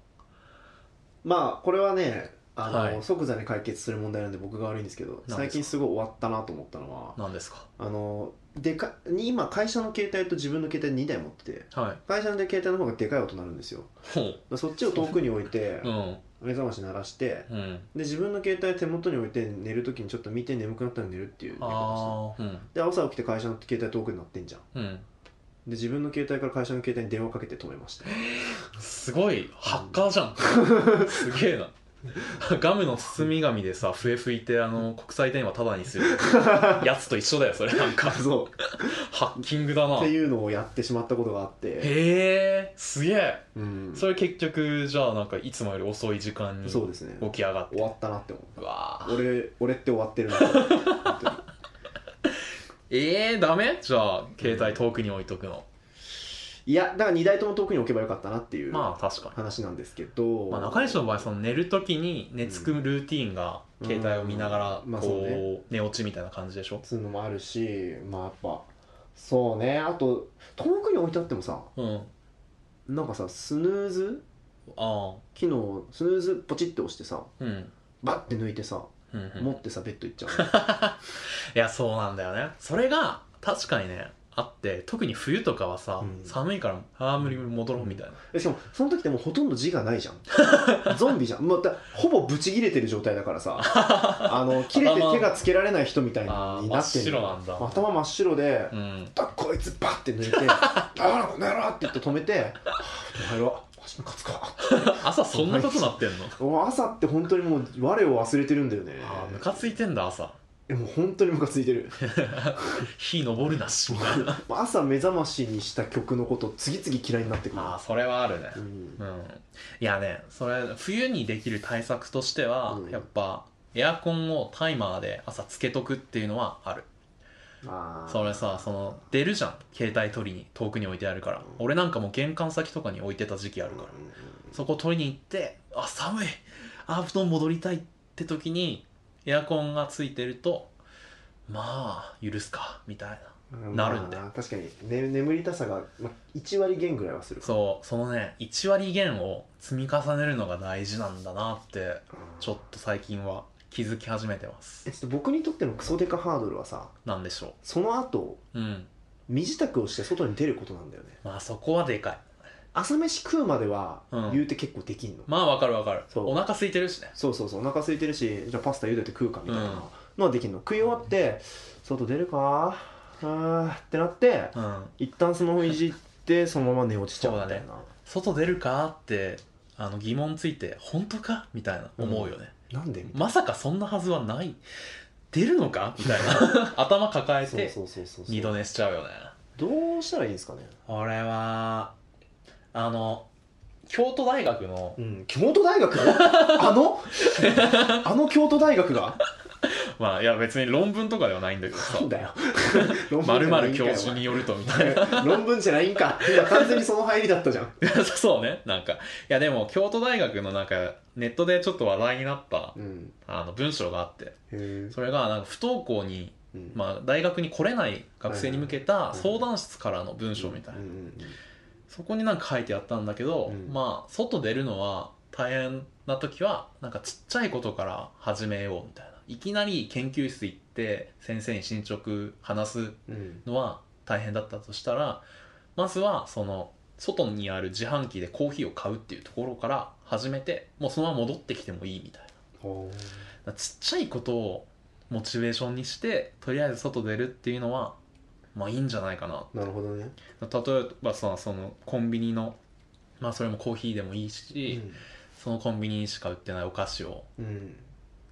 A: まあこれはねあの、
B: はい
A: 即座に解決する問題なんで僕が悪いんですけど
B: か
A: 最近すごい終わったなと思ったのは
B: 何ですか
A: あのでか今会社の携帯と自分の携帯2台持ってて
B: はい
A: 会社の携帯の方がでかい音鳴るんですよ
B: ほう
A: そっちを遠くに置いて
B: うん
A: 目覚まし鳴らして
B: うん
A: で自分の携帯手元に置いて寝るときにちょっと見て眠くなったら寝るっていう寝方してる
B: ああうん
A: で朝起きて会社の携帯遠くになってんじゃん
B: うん
A: で自分の携帯から会社の 携帯に電話かけて止めました
B: すごいハッカーじゃんすげえなガムの包み紙でさ笛吹いてあの国際電話タダにするやつと一緒だよそれなんか
A: そ
B: ハッキングだ
A: う
B: な
A: って
B: へ
A: いうのをやってしまったことがあって、
B: えすげえ
A: うん、
B: それ結局じゃあなんかいつもより遅い時間に起
A: そうですね
B: き上がって
A: 終わったなって思
B: うわ
A: う
B: ー
A: 俺俺って終わってるなって本 当に
B: えー、ダメじゃあ携帯遠くに置いとくの、
A: いやだから2台とも遠くに置けばよかったなっていう
B: まあ確かに
A: 話なんですけど、
B: まあ、中西の場合その寝る時に寝つくルーティンが
A: うん
B: 携帯を見なが
A: うんま
B: ら
A: あそう
B: こ
A: ね
B: う寝落ちみたいな感じでしょ、
A: つうのもあるしまあやっぱそうねあと遠くに置いてあってもさ
B: うんあ
A: なんかさスヌーズ
B: あ
A: 機能スヌーズポチって押してさ
B: うん
A: バッて抜いてさ
B: うんうん
A: 持ってさベッド行っちゃ
B: いやそうなんだよねそれが確かにねあって特に冬とかはさ、
A: うん
B: 寒いからああ無理無理戻ろうみたいな、
A: うしかもその時ってもうほとんど字がないじゃ んゾンビじゃんもうだほぼブチ切れてる状態だからさあの切れて手がつけられない人みたい
B: ああ
A: に
B: 真
A: な
B: っ
A: ってんの
B: 白なんだ、
A: 頭真っ白で
B: うん
A: だこいつバッて抜い て「あらこの野郎!」って言って止めてはあ「お前はわしの勝つか」
B: 朝そんなことなっ てんの
A: もう朝って本当にもう我を忘れてるんだよね
B: ああムカついてんだ朝
A: えもう本当にムカついて る
B: 火登るな しみたいな
A: もう朝目覚ましにした曲のこと次々嫌いになってくる
B: ああそれはあるね
A: うん
B: うん、いやねそれ冬にできる対策としては、
A: うん
B: やっぱエアコンをタイマーで朝つけとくっていうのはある
A: あー
B: それさその出るじゃん携帯取りに遠くに置いてあるから、
A: うん
B: 俺なんかもう玄関先とかに置いてた時期ある
A: うん
B: から、そこ取りに行ってあ寒いあ布団戻りたいって時にエアコンがついてるとまあ許すかみたいな
A: うん
B: なるんだよ
A: まあ確かに、ね、眠りたさが、まあ、1割減ぐらいはする
B: そうそのね1割減を積み重ねるのが大事なんだなって
A: うん
B: ちょっと最近は気づき始めてます
A: えちょっと僕にとってのクソデカハードルはさ
B: なんでしょ
A: その後
B: ううん
A: 身支度をして外に出ることなんだよね
B: まあそこはでかい
A: 朝飯食うまでは
B: うん
A: 言うて結構できんの、
B: まあわかるわかる
A: そう
B: お腹空いてるしね
A: そうそうそうお腹空いてるしじゃあパスタ茹でて食うかみたい
B: うん
A: なのはできるの、食い終わって外出るかあーってなって
B: うん
A: 一旦スマホいじってそのまま寝落ちちゃうみたいな
B: そう外出るかってあの疑問ついて本当かみたいな思うよね、
A: なんでみたい
B: まさかそんなはずはない出るのかみたい な頭抱え
A: なそう
B: て
A: そうそうそう
B: 二度寝しちゃうよね
A: どうしたらいいんですかね
B: 俺はあの京都大学の
A: うん京都大学 あのあの京都大学が
B: まあいや別に論文とかではないんだけどさ
A: なん だよ論
B: ま
A: 文
B: る
A: じ
B: ま
A: ゃない
B: る
A: んか
B: 教
A: よ
B: 授によるとみたい
A: お
B: な
A: 前論文じゃないんか今完全にその入りだったじゃん
B: そうねなんかいやでも京都大学のなんかネットでちょっと話題になった
A: うん
B: あの文章があって
A: へえ
B: それがなんか不登校に、
A: うん
B: まあ、大学に来れない学生に向けた
A: い
B: 相談室からの文章みたいな
A: うんうん
B: そこになんか書いてあったんだけど、
A: うん
B: まあ外出るのは大変な時はなんかちっちゃいことから始めようみたいないきなり研究室行って先生に進捗話す
A: うんうん
B: のは大変だったとしたらまずはその外にある自販機でコーヒーを買うっていうところから始めてもうそのまま戻ってきてもいいみたいなだか
A: ほう
B: らちっちゃいことをモチベーションにしてとりあえず外出るっていうのはまあいいんじゃないかな
A: なるほどね、
B: 例えばさそのコンビニのまあそれもコーヒーでもいいし、そのコンビニしか売ってないお菓子を
A: うんうん、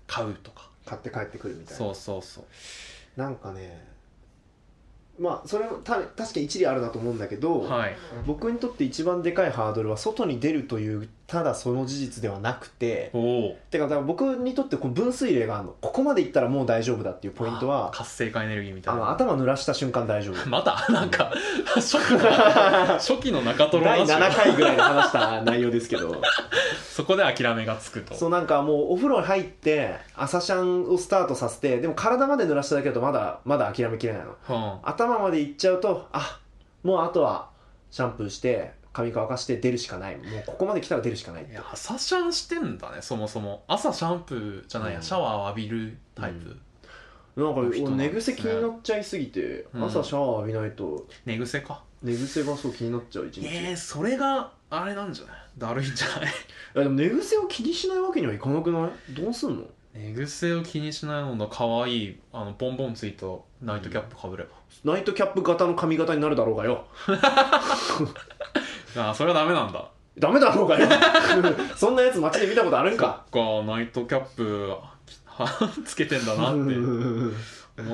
B: 買うとか
A: 買って帰ってくるみたいな
B: そうそうそう
A: なんかねまあそれもた確かに一理あるなと思うんだけど、
B: はい
A: 僕にとって一番でかいハードルは外に出るというただその事実ではなくて
B: おお
A: てかだから僕にとってこう分水嶺があるのここまで行ったらもう大丈夫だっていうポイントは
B: 活性化エネルギーみた
A: あ
B: い
A: の
B: な
A: 頭濡らした瞬間大丈夫
B: また なんか初期の初期の中トロ
A: 第
B: ラジ
A: 7
B: オ
A: 回ぐらいで話した内容ですけど
B: そこで諦めがつくと
A: そうなんかもうお風呂入って朝シャンをスタートさせてでも体まで濡らしただけだとまだまだ諦めきれないの
B: うん
A: 頭までいっちゃうとあもうあとはシャンプーして髪乾かして出るしかないもうここまで来たら出るしかない
B: いや朝シャンしてんだねそもそも朝シャンプーじゃないや、
A: うん
B: シャワーを浴びるタイプ、
A: うんなんか俺
B: 人なんですね
A: 寝癖気になっちゃいすぎて、
B: うん
A: 朝シャワー浴びないと
B: 寝癖か
A: 寝癖がそう気になっちゃう一日、
B: え
A: い
B: ー、それがあれなんじゃないだるいんじゃない
A: やでも寝癖を気にしないわけにはいかなくないどうすんの
B: 寝癖を気にしないのの可愛いあのボンボンついたナイトキャップかぶれば、
A: ナイトキャップ型の髪型になるだろうがよ
B: ああそれはダメなんだ
A: いダメだろうがよ そんなやつ街で見たことあるんか
B: そっかナイトキャップは つけてんだなって思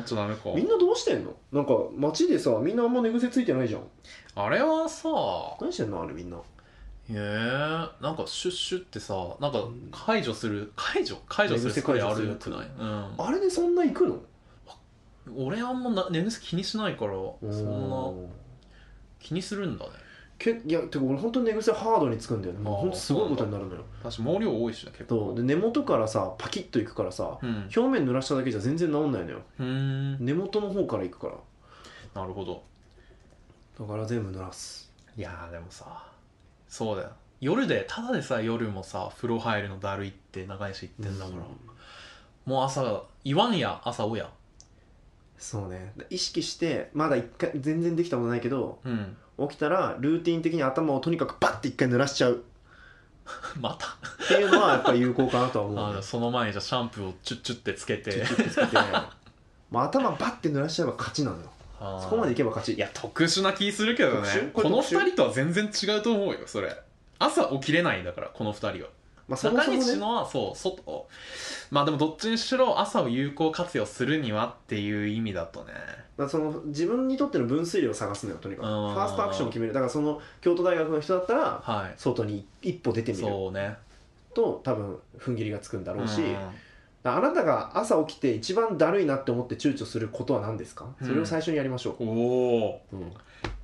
B: っちゃダメか
A: みんなどうしてんのなんか街でさみんなあんま寝癖ついてないじゃん
B: あれはさ
A: 何してんのあれみんな
B: へえなんかシュッシュってさなんか解除する解除解除するスプレーあるくない、うん、
A: あれでそんな行くの
B: 俺あんまな寝癖気にしないからそんな気にするんだね
A: けいやてか俺本当に寝癖ハードにつくんだよねもう本当すごいことになるのよ
B: 私毛量多いしね結
A: そう
B: 構
A: で根元からさパキッといくからさ
B: うん
A: 表面濡らしただけじゃ全然治んないのよ
B: うーん
A: 根元の方からいくから
B: なるほど
A: だから全部濡らす
B: いやーでもさそうだよ夜でただでさえ夜もさ風呂入るのだるいって中西言ってんだから、もう朝言わんや朝おや
A: そうね意識してまだ一回全然できたことないけど
B: うん
A: 起きたらルーティン的に頭をとにかくバッて一回濡らしちゃう
B: また
A: っていうのはやっぱり有効かなとは思
B: あ
A: うね
B: のその前にじゃあシャンプーをチュッチュってつけ
A: つ
B: て
A: けてまあ頭バッて濡らしちゃえば勝ちなのよ
B: あー
A: そこまでいけば勝ち
B: いや特殊な気するけど
A: 特殊
B: ね
A: こ
B: こ
A: れ
B: の
A: 特殊
B: 2人とは全然違うと思うよそれ朝起きれないんだからこの2人は
A: まあそも
B: 中
A: そも
B: 西
A: ね
B: のはそう外まあでもどっちにしろ朝を有効活用するにはっていう意味だとね
A: まあその自分にとっての分水量を探すのよとにかく
B: う
A: フ
B: ん
A: ァーストアクションを決めるだからその京都大学の人だったら
B: は
A: 外に一歩出て
B: い
A: みる
B: そうね
A: と多分踏ん切りがつくんだろうし、
B: うん
A: だからあなたが朝起きて一番だるいなって思って躊躇することは何ですか、
B: うん
A: それを最初にやりましょ
B: おお
A: う、うん、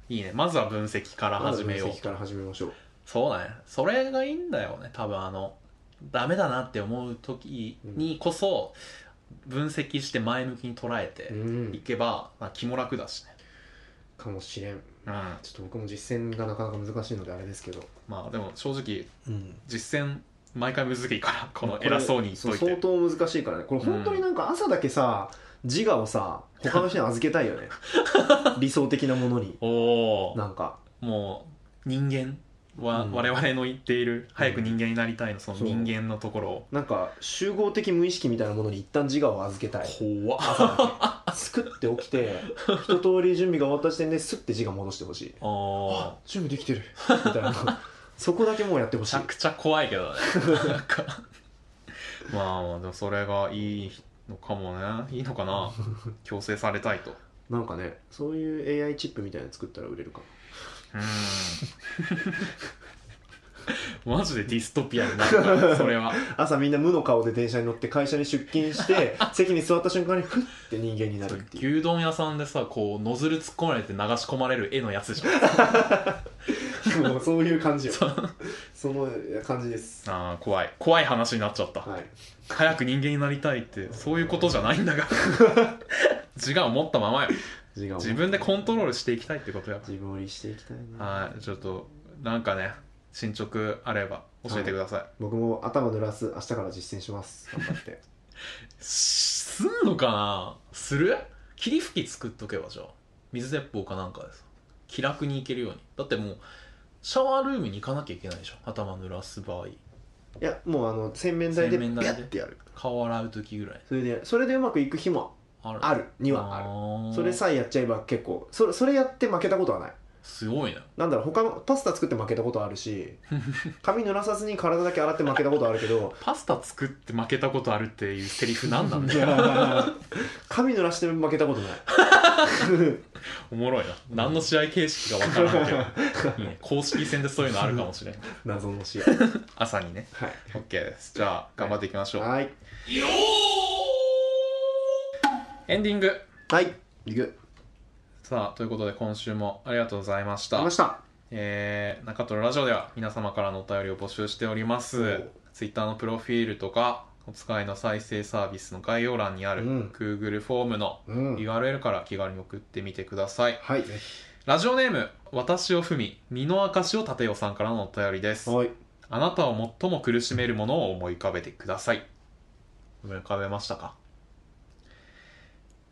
B: いいねまずは分析から始めよう、
A: まず分析から始めましょう
B: そうだねそれがいいんだよね多分あのダメだなって思う時にこそ分析して前向きに捉え
A: う
B: てい
A: ん
B: けば、まあ、気も楽だしね
A: かもしれん
B: うん
A: ちょっと僕も実践がなかなか難しいのであれですけど、
B: まあでも正直
A: うん、
B: 実践毎回むずいからこの偉そうに言っとい
A: 相
B: て
A: 当難しいからねこれ本当になんか朝だけさ、自我をさ他の人に預けたいよ ね理想的なものに
B: おお
A: なんか
B: もう人間は、
A: うん
B: 我々の言っている早く人間になりたいのその
A: そう
B: 人間のところを
A: なんか集合的無意識みたいなものに一旦自我を預け たい
B: 怖っ
A: 朝だけすくって起きて一通り準備が終わった時点ですって自我戻してほしい
B: あ
A: あ準備できてるみたい なそこだけもうやってほ
B: め
A: し
B: ち
A: い
B: ゃくちゃ怖いけ どねなんかまあまあでもそれがいいのかもねいいのかな強制され たいと
A: なんかねそういう AI チップみたいなの作ったら売れるかも
B: うーんマジでディストピアになるからそれは
A: 朝みんな無の顔で電車に乗って会社に出勤して 席に座った瞬間にフッて人間になるっていう
B: 牛丼屋さんでさこうノズル突っ込まれて流し込まれる絵のやつじゃ ん
A: もうそういう感じよ
B: そう
A: その感じです
B: あー怖い怖い話になっちゃった
A: はい
B: 早く人間になりたいってそういうことじゃないんだ が自我を持ったままよ
A: 自我を
B: 自分でコントロールしていきたいってことや
A: 自分を律していきたいね
B: はいちょっとなんかね進捗あれば教えてください、
A: 僕も頭濡らす明日から実践します頑張って
B: すんのかなする霧吹き作っとけばじゃあ水鉄砲かなんかです気楽にいけるようにだってもうシャワールームに行かなきゃいけないでしょ頭濡らす場合
A: いやもうあの洗面台で
B: 洗
A: ピ
B: 面
A: ャ
B: 台で
A: ッてやる
B: 顔洗う時ぐらい
A: それでそれでうまくいく日も
B: ある
A: あるにはある
B: あ
A: それ
B: さ
A: さえやっちゃえば結構それそれやって負けたことはない
B: すごいね
A: なんだろう他のパスタ作って負けたことあるし髪濡らさずに体だけ洗って負けたことあるけど
B: パスタ作って負けたことあるっていうセリフなんなん
A: い
B: だよ
A: や髪濡らして負けたことない
B: おもろいな何の試合形式かわからんけどいいね公式戦でそういうのあるかもしれん
A: 謎の試合
B: 朝にね
A: はい
B: OK ですじゃあ頑張っていきましょう、
A: はい
B: エンディング
A: はいいく
B: さあということで今週もありがとうございまし
A: 出
B: た
A: ました
B: えー、中トロラジオでは皆様からのお便りを募集しておりま
A: お
B: す
A: う。
B: ツイッターのプロフィールとか、お使いの再生サービスの概要欄にある
A: うん
B: Google フォームの
A: うん
B: URL から気軽に送ってみてください。
A: はい
B: ラジオネーム、私をふみ、身の証を立よさんからのお便りです。
A: はい
B: あなたを最も苦しめるものを思い浮かべてください。思い浮かべましたか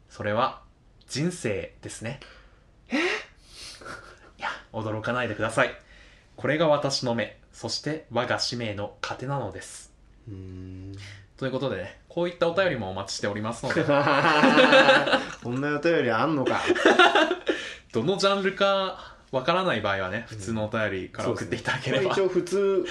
B: それは、人生ですね。 えいや、驚かないでください。これが私の目、そして我が使命の糧なのです。
A: うーん
B: ということでね、こういったお便りもお待ちしておりま すので、
A: こんなお便りあんのか
B: どのジャンルかわからない場合はね普通のお便りから送っていただければ、
A: 一応普通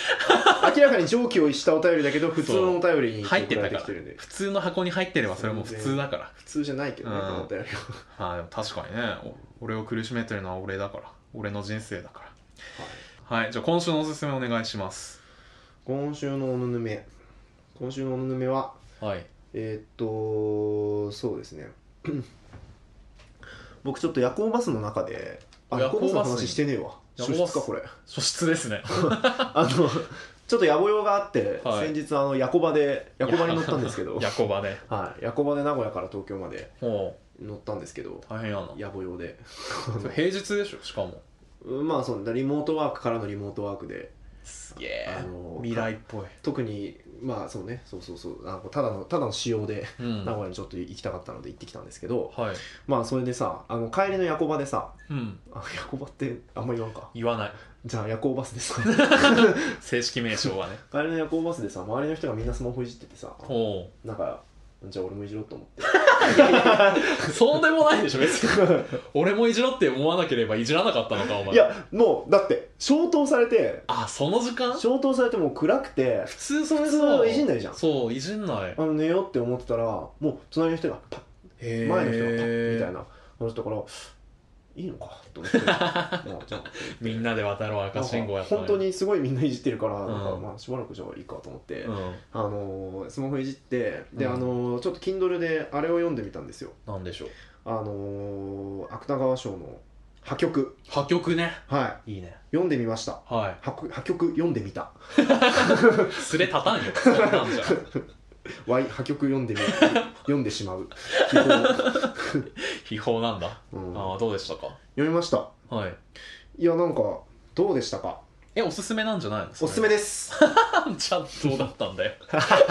A: 明らかに上記を逸したお便りだけど普通のお便りに
B: 入って
A: 送
B: たから
A: れ
B: ら
A: きてるんで
B: 普通の箱に入ってればそれも普通だから
A: 普通じゃないけどね、
B: うん
A: このお便りは
B: まあでも確かにねお俺を苦しめてるのは俺だから俺の人生だからはい、じゃあ今週のおすすめお願いします
A: 今週のおぬぬめ今週のおぬぬめは
B: はい
A: えーっとそうですね 僕ちょっと夜行バスの中であ
B: 夜
A: 夜
B: 行
A: 行
B: バ
A: バ
B: ス
A: スの話してねえわ初
B: 夜行バ
A: 出
B: ス
A: かこれ
B: 素質です ね
A: あのちょっと野暮用があって、
B: はい
A: 先日あの夜行場で夜行場に乗ったんですけど
B: 夜行場で
A: はい、夜行場で名古屋から東京まで
B: も
A: 乗ったんですけど
B: う大変やな
A: 野暮用で
B: それ平日でしょしかも
A: うん まあそんなリモートワークからのリモートワークです
B: げえ
A: あの
B: 未来っぽい、
A: 特にまあそうねそうそうそうあのただのただの仕様で
B: うん
A: 名古屋にちょっと行きたかったので行ってきたんですけど、
B: はい、
A: まあそれでさあの帰りの夜行場でさ
B: うん、
A: あ夜行場ってあんま言わんか
B: 言わない
A: じゃあ夜行バスですか
B: 正式名称はね
A: 帰りの夜行バスでさ周りの人がみんなスマホいじっててさ
B: おう
A: なんかじゃあ俺もいじろうと思って
B: そうでもないでしょ別に俺もいじろって思わなければいじらなかったのかお前
A: いやもうだって消灯されて
B: あその時間普
A: 消灯されてもう暗くて
B: 通それ
A: 普通はいじんないじゃん
B: そういじんない
A: あの寝ようって思ってたらもう隣の人がパッ
B: 前
A: 前の人がパッみたいな話だからいいのかと思ってまあじゃあ
B: みんなで渡ろう赤信号や
A: なん
B: っ
A: か
B: た
A: 本当にすごいみんないじってるから、なんか
B: うん
A: まあしばらくじゃあいいかと思って、
B: うん
A: あのースマホいじってで、
B: うん
A: あのーちょっと Kindle であれを読んでみたんですよ
B: なんでしょう
A: あのー芥川賞の破局
B: 破局ね
A: はい
B: いいね
A: 読んでみました
B: は
A: 破局破局読んでみた
B: いすれ立た んよそんなんじゃ
A: Y 破局読んでみ読んでしまう基本、
B: 秘宝なんだ
A: うん読
B: あ あどうでしたか
A: みました
B: はい
A: いやなんかどうでしたか
B: えおすすめなんじゃないの
A: おすすめ
B: で
A: です
B: じゃあどうだったんだよ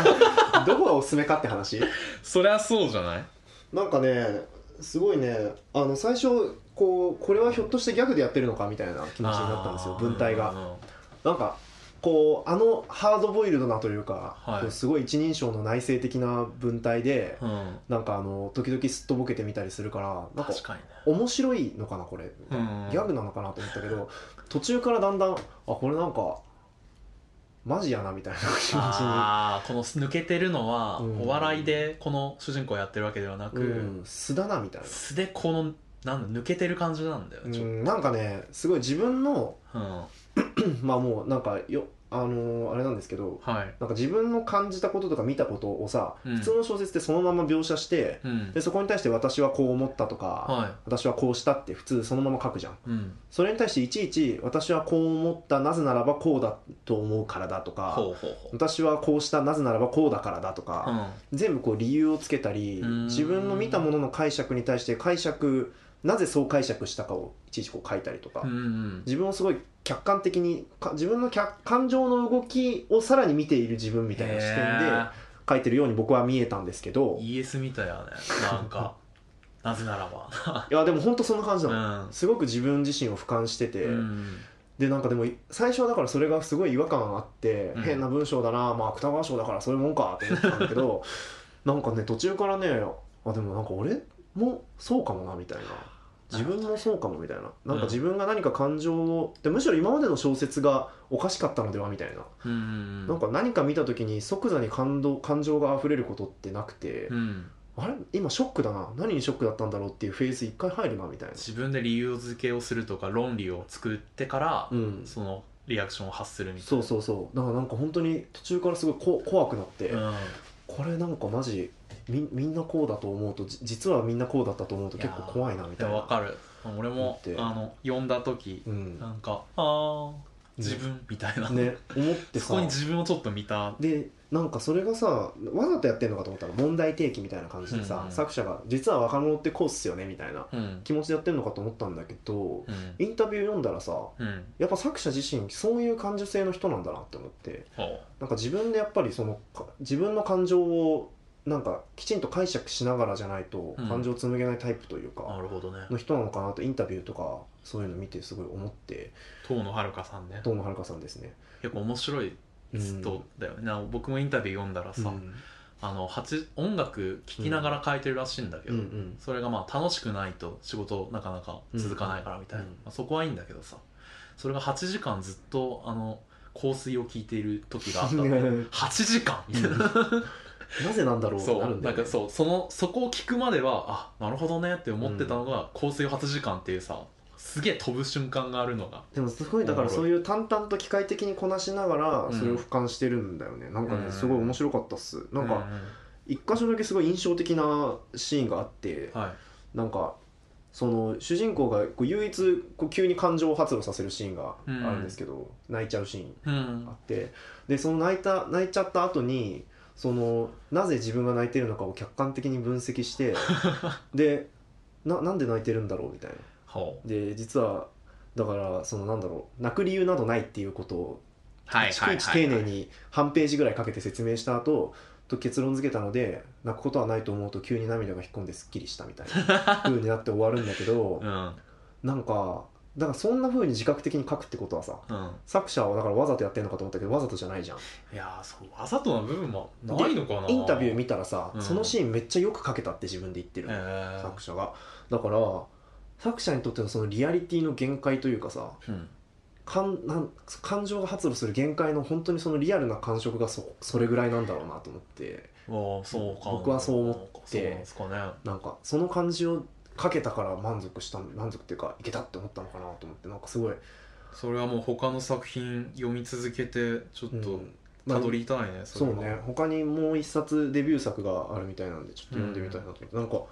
A: どこがおすすめかって話
B: そりゃそうじゃない
A: なんかねすごいねあの最初こうこれはひょっとしてギャグでやってるのかみたいな気持ちになったんですよ
B: あー
A: 文体が
B: うんうんうん
A: なんかこうあのハードボイルドなというか、
B: はい
A: こうすごい一人称の内省的な文体で
B: うん、
A: なんかあの時々すっとぼけてみたりするからなんか
B: 確かにね
A: 面白いのかなこれ、
B: うん
A: ギャグなのかなと思ったけど途中からだんだんあこれなんかマジやなみたいな気持ちに。
B: ああこの抜けてるのは、
A: うん
B: お笑いでこの主人公やってるわけではなく、
A: うん、素だなみたいな
B: 素でこのなんだ抜けてる感じなんだよ
A: う
B: ねちょっ
A: んなんかねすごい自分の
B: と、うん、
A: まあもうなんかよあのーあれなんですけど
B: はい、
A: なんか自分の感じたこととか見たことをさ、
B: うん
A: 普通の小説ってそのまま描写して
B: うん
A: で、そこに対して私はこう思ったとか、
B: は
A: 私はこうしたって普通そのまま書くじゃん
B: い、うん、
A: それに対していちいち私はこう思ったなぜならばこうだと思うからだとか
B: ほうほうほう
A: 私はこうしたなぜならばこうだからだと
B: う
A: か、
B: ん
A: 全部こう理由をつけたり
B: うーん
A: 自分の見たものの解釈に対して解釈なぜそう解釈したかをいちいちこう書いたりとか、
B: うんうん
A: 自分をすごい客観的にか自分の客感情の動きをさらに見ている自分みたいな視点で書いてるように僕は見えたんですけど
B: へーイエスみたいやねなん かなぜならば
A: いやでも本当そんな感じ
B: う
A: なの、
B: ん、
A: すごく自分自身を俯瞰してて、
B: うん、
A: でなんかでも最初はだからそれがすごい違和感あって、
B: うん
A: 変な文章だな、まあ、芥川賞だからそういうもんかって思ってたんだけ どなんかね途中からねあでもなんか俺もそうかもなみたいな。自分もそうかもみたいななんか自分が何か感情を、でむしろ今までの小説がおかしかったのではみたいな
B: うんうん
A: なんか何か見た時に即座に感動感情が溢れることってなくて、
B: うん、
A: あれ今ショックだな何にショックだったんだろうっていうフェーズ一回入るなみたいな、
B: 自分で理由付けをするとか論理を作ってから、
A: うん、
B: そのリアクションを発するみたい
A: そうそうそうだからなんか本当に途中からすごいこ怖くなって、
B: な、うん、
A: これなんかマジみみんなこうだと思うとじ実はみんなこうだったと思うと結構怖いなみたい
B: や
A: な
B: わかる俺も
A: だって
B: あの読んだ時
A: うん
B: なんかああ自分みたいな、
A: ね思って
B: そ
A: さ
B: こに自分をちょっと見た
A: でなんかそれがさわざとやってんのかと思ったら問題提起みたいな感じでさ、
B: うん
A: 作者が実は若者ってこうっすよねみたいな
B: うん
A: 気持ちでやってんのかと思ったんだけど
B: うん
A: インタビュー読んだらさ
B: うん
A: やっぱ作者自身そういう感受性の人なんだなって思って
B: ほ
A: なんか自分でやっぱりそのか自分の感情をなんかきちんと解釈しながらじゃないと
B: うん
A: 感情を紡げないタイプという
B: うな
A: か、
B: るほどね
A: の人なのかなとインタビューとかそういうの見てすごい思って
B: 遠野遥さんね
A: 遠野遥さんですね。
B: 結構面白い
A: うん
B: 人だよね、な僕もインタビュー読んだらさ、
A: うん
B: あの八音楽聴きながら書いてるらしいんだけ
A: う
B: ど、
A: んうん
B: それがまあ楽しくないと仕事なかなか続かないからみたいな、
A: うんうん
B: まあ、そこはいいんだけどさそれが8時間ずっとあの香水を聴いている時があったの8時間みたいな、
A: なぜなんだろうって
B: そう
A: な
B: な
A: るんだ
B: ん
A: よ、ね、
B: かそうそのそこを聞くまではあなるほどねって思ってたのが、香水を8時間っていうさすげえ飛ぶ瞬間があるのが
A: でもすごいだから
B: おも
A: そ
B: ろ
A: ういう淡々と機械的にこなしながら
B: うん
A: それを俯瞰してるんだよね、なんか
B: う
A: ね
B: ん
A: すごい面白かったっすなん
B: う
A: か一箇所だけすごい印象的なシーンがあって
B: はい
A: なんかその主人公がこう唯一こう急に感情を発露させるシーンがあるんですけど、泣いちゃうシーン
B: うん
A: あってでその泣いた泣いちゃった後にそのなぜ自分が泣いてるのかを客観的に分析してでななんで泣いてるんだろうみたいな
B: ほう
A: で実はだからそのなんだろう泣く理由などないっていうことを
B: はい
A: 逐一丁寧に半ページぐらいかけて説明した後と結論付けたので泣くことはないと思うと急に涙が引っ込んですっきりしたみたいな 風になって終わるんだけど
B: うん
A: なんかだからそんな風に自覚的に書くってことはさ
B: うん
A: 作者はだからわざとやってるのかと思ったけどわざとじゃないじゃん
B: いやーそうわざとな部分もないのかな
A: インタビュー見たらさ、
B: うん
A: そのシーンめっちゃよく書けたって自分で言ってる、
B: えー
A: 作者がだから作者にとってのそのリアリティの限界というかさ
B: うん
A: 感なん感情が発露する限界の本当にそのリアルな感触がそそれぐらいなんだろうなと思って
B: ああそうか
A: 僕はそう思って
B: そうなんですかね
A: なんかその感じを書けたから満足した満足っていうかいけたって思ったのかなと思ってなんかすごい
B: それはもう他の作品読み続けてちょっ
A: う
B: と
A: んまあ
B: たどりたいね、
A: そう
B: れは
A: ね他にもう一冊デビュー作があるみたいなんでちょっと読んでみたいなと思って、なんか面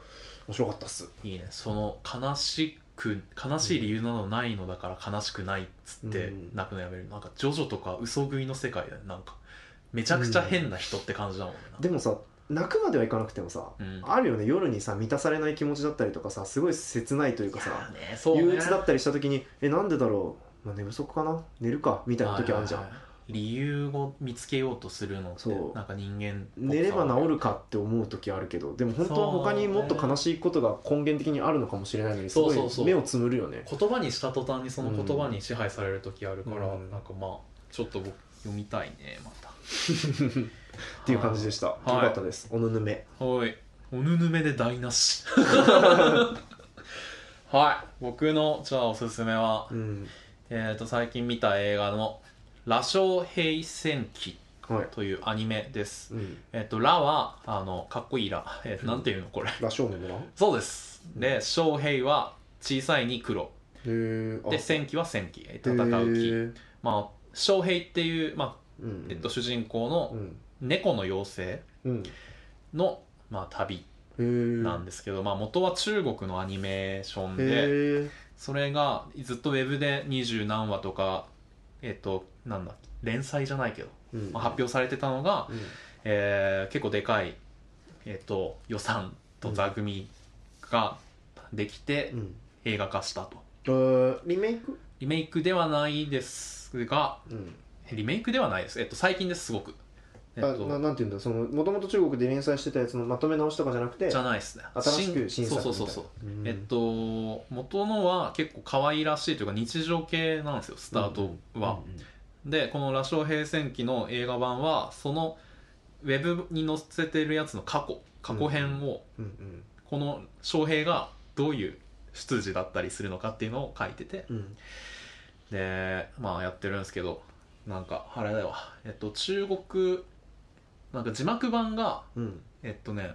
A: 白かったっす
B: いいねその悲しく悲しい理由などないのだから悲しくないっつって
A: うん
B: 泣くのやめる、なんかジョジョとか嘘食いの世界だよねなんかめちゃくちゃ変な人って感じだもんね、
A: でもさ泣くまではいかなくてもさ
B: うん
A: あるよね夜にさ満たされない気持ちだったりとかさすごい切ないというかさ、
B: いやーねそうね
A: 憂鬱だったりした時に「えなんでだろう、まあ、寝不足かな寝るか」みたいな時あるじゃん、
B: はいはいはい理由を見つけようとするのって
A: そう
B: なんか人間
A: 寝れば治
B: る
A: るかって思う時あるけどでも本当は他にもっと悲しいことが根源的にあるのかもしれないのにす
B: そ
A: ご
B: うそうそう
A: い目をつむるよね
B: 言葉にした途端にその言葉に支配される時あるから、
A: うん
B: なんかまあちょっと僕読みたいねまたっ
A: っていう感じでした、
B: い
A: よかったですおぬぬめ
B: はいおぬぬめで台 無しはい僕のじゃあおすすめは
A: うん
B: えっ、と最近見た映画の「羅生平戦記
A: はい」
B: というアニメです
A: うん
B: えっ、と「羅」はあのかっこいい「羅」えーなんていうのこれ
A: 羅生門の乱
B: そうですで「昌平」は小さいに黒
A: へーあ
B: で戦記は戦記えー戦う
A: へ
B: 記
A: ー
B: まあ昌平っていう、まあ
A: うん
B: えっと、主人公の
A: うん
B: 猫の妖
A: うんへ
B: 精の、まあ、旅
A: ー
B: なんですけど、まあ、元は中国のアニメーションで
A: へー
B: それがずっとウェブで二十何話とかえっとなんだ連載じゃないけど、
A: うん
B: まあ、発表されてたのが、
A: うん
B: えー結構でかい、えっと、予算と座組ができて
A: うん
B: 映画化したと
A: えーリメイク
B: リメイクではないですが
A: うん
B: リメイクではないです、えっと、最近ですすごく、えっ
A: あ
B: と
A: ななんていうんだそのもともと中国で連載してたやつのまとめ直しとかじゃなくて
B: じゃないですね
A: 新しく新作みたいな
B: そうそうそうそう
A: うん
B: えっと元のは結構可愛らしいというか日常系なんですよスタートは、でこの「羅生平戦記」の映画版はそのウェブに載せてるやつの過去過去編を、
A: うんうん
B: この翔平がどういう出自だったりするのかっていうのを書いてて
A: うんうん
B: でまあやってるんですけどなんかあれだよえっと中国なんか字幕版が
A: うん
B: えっとね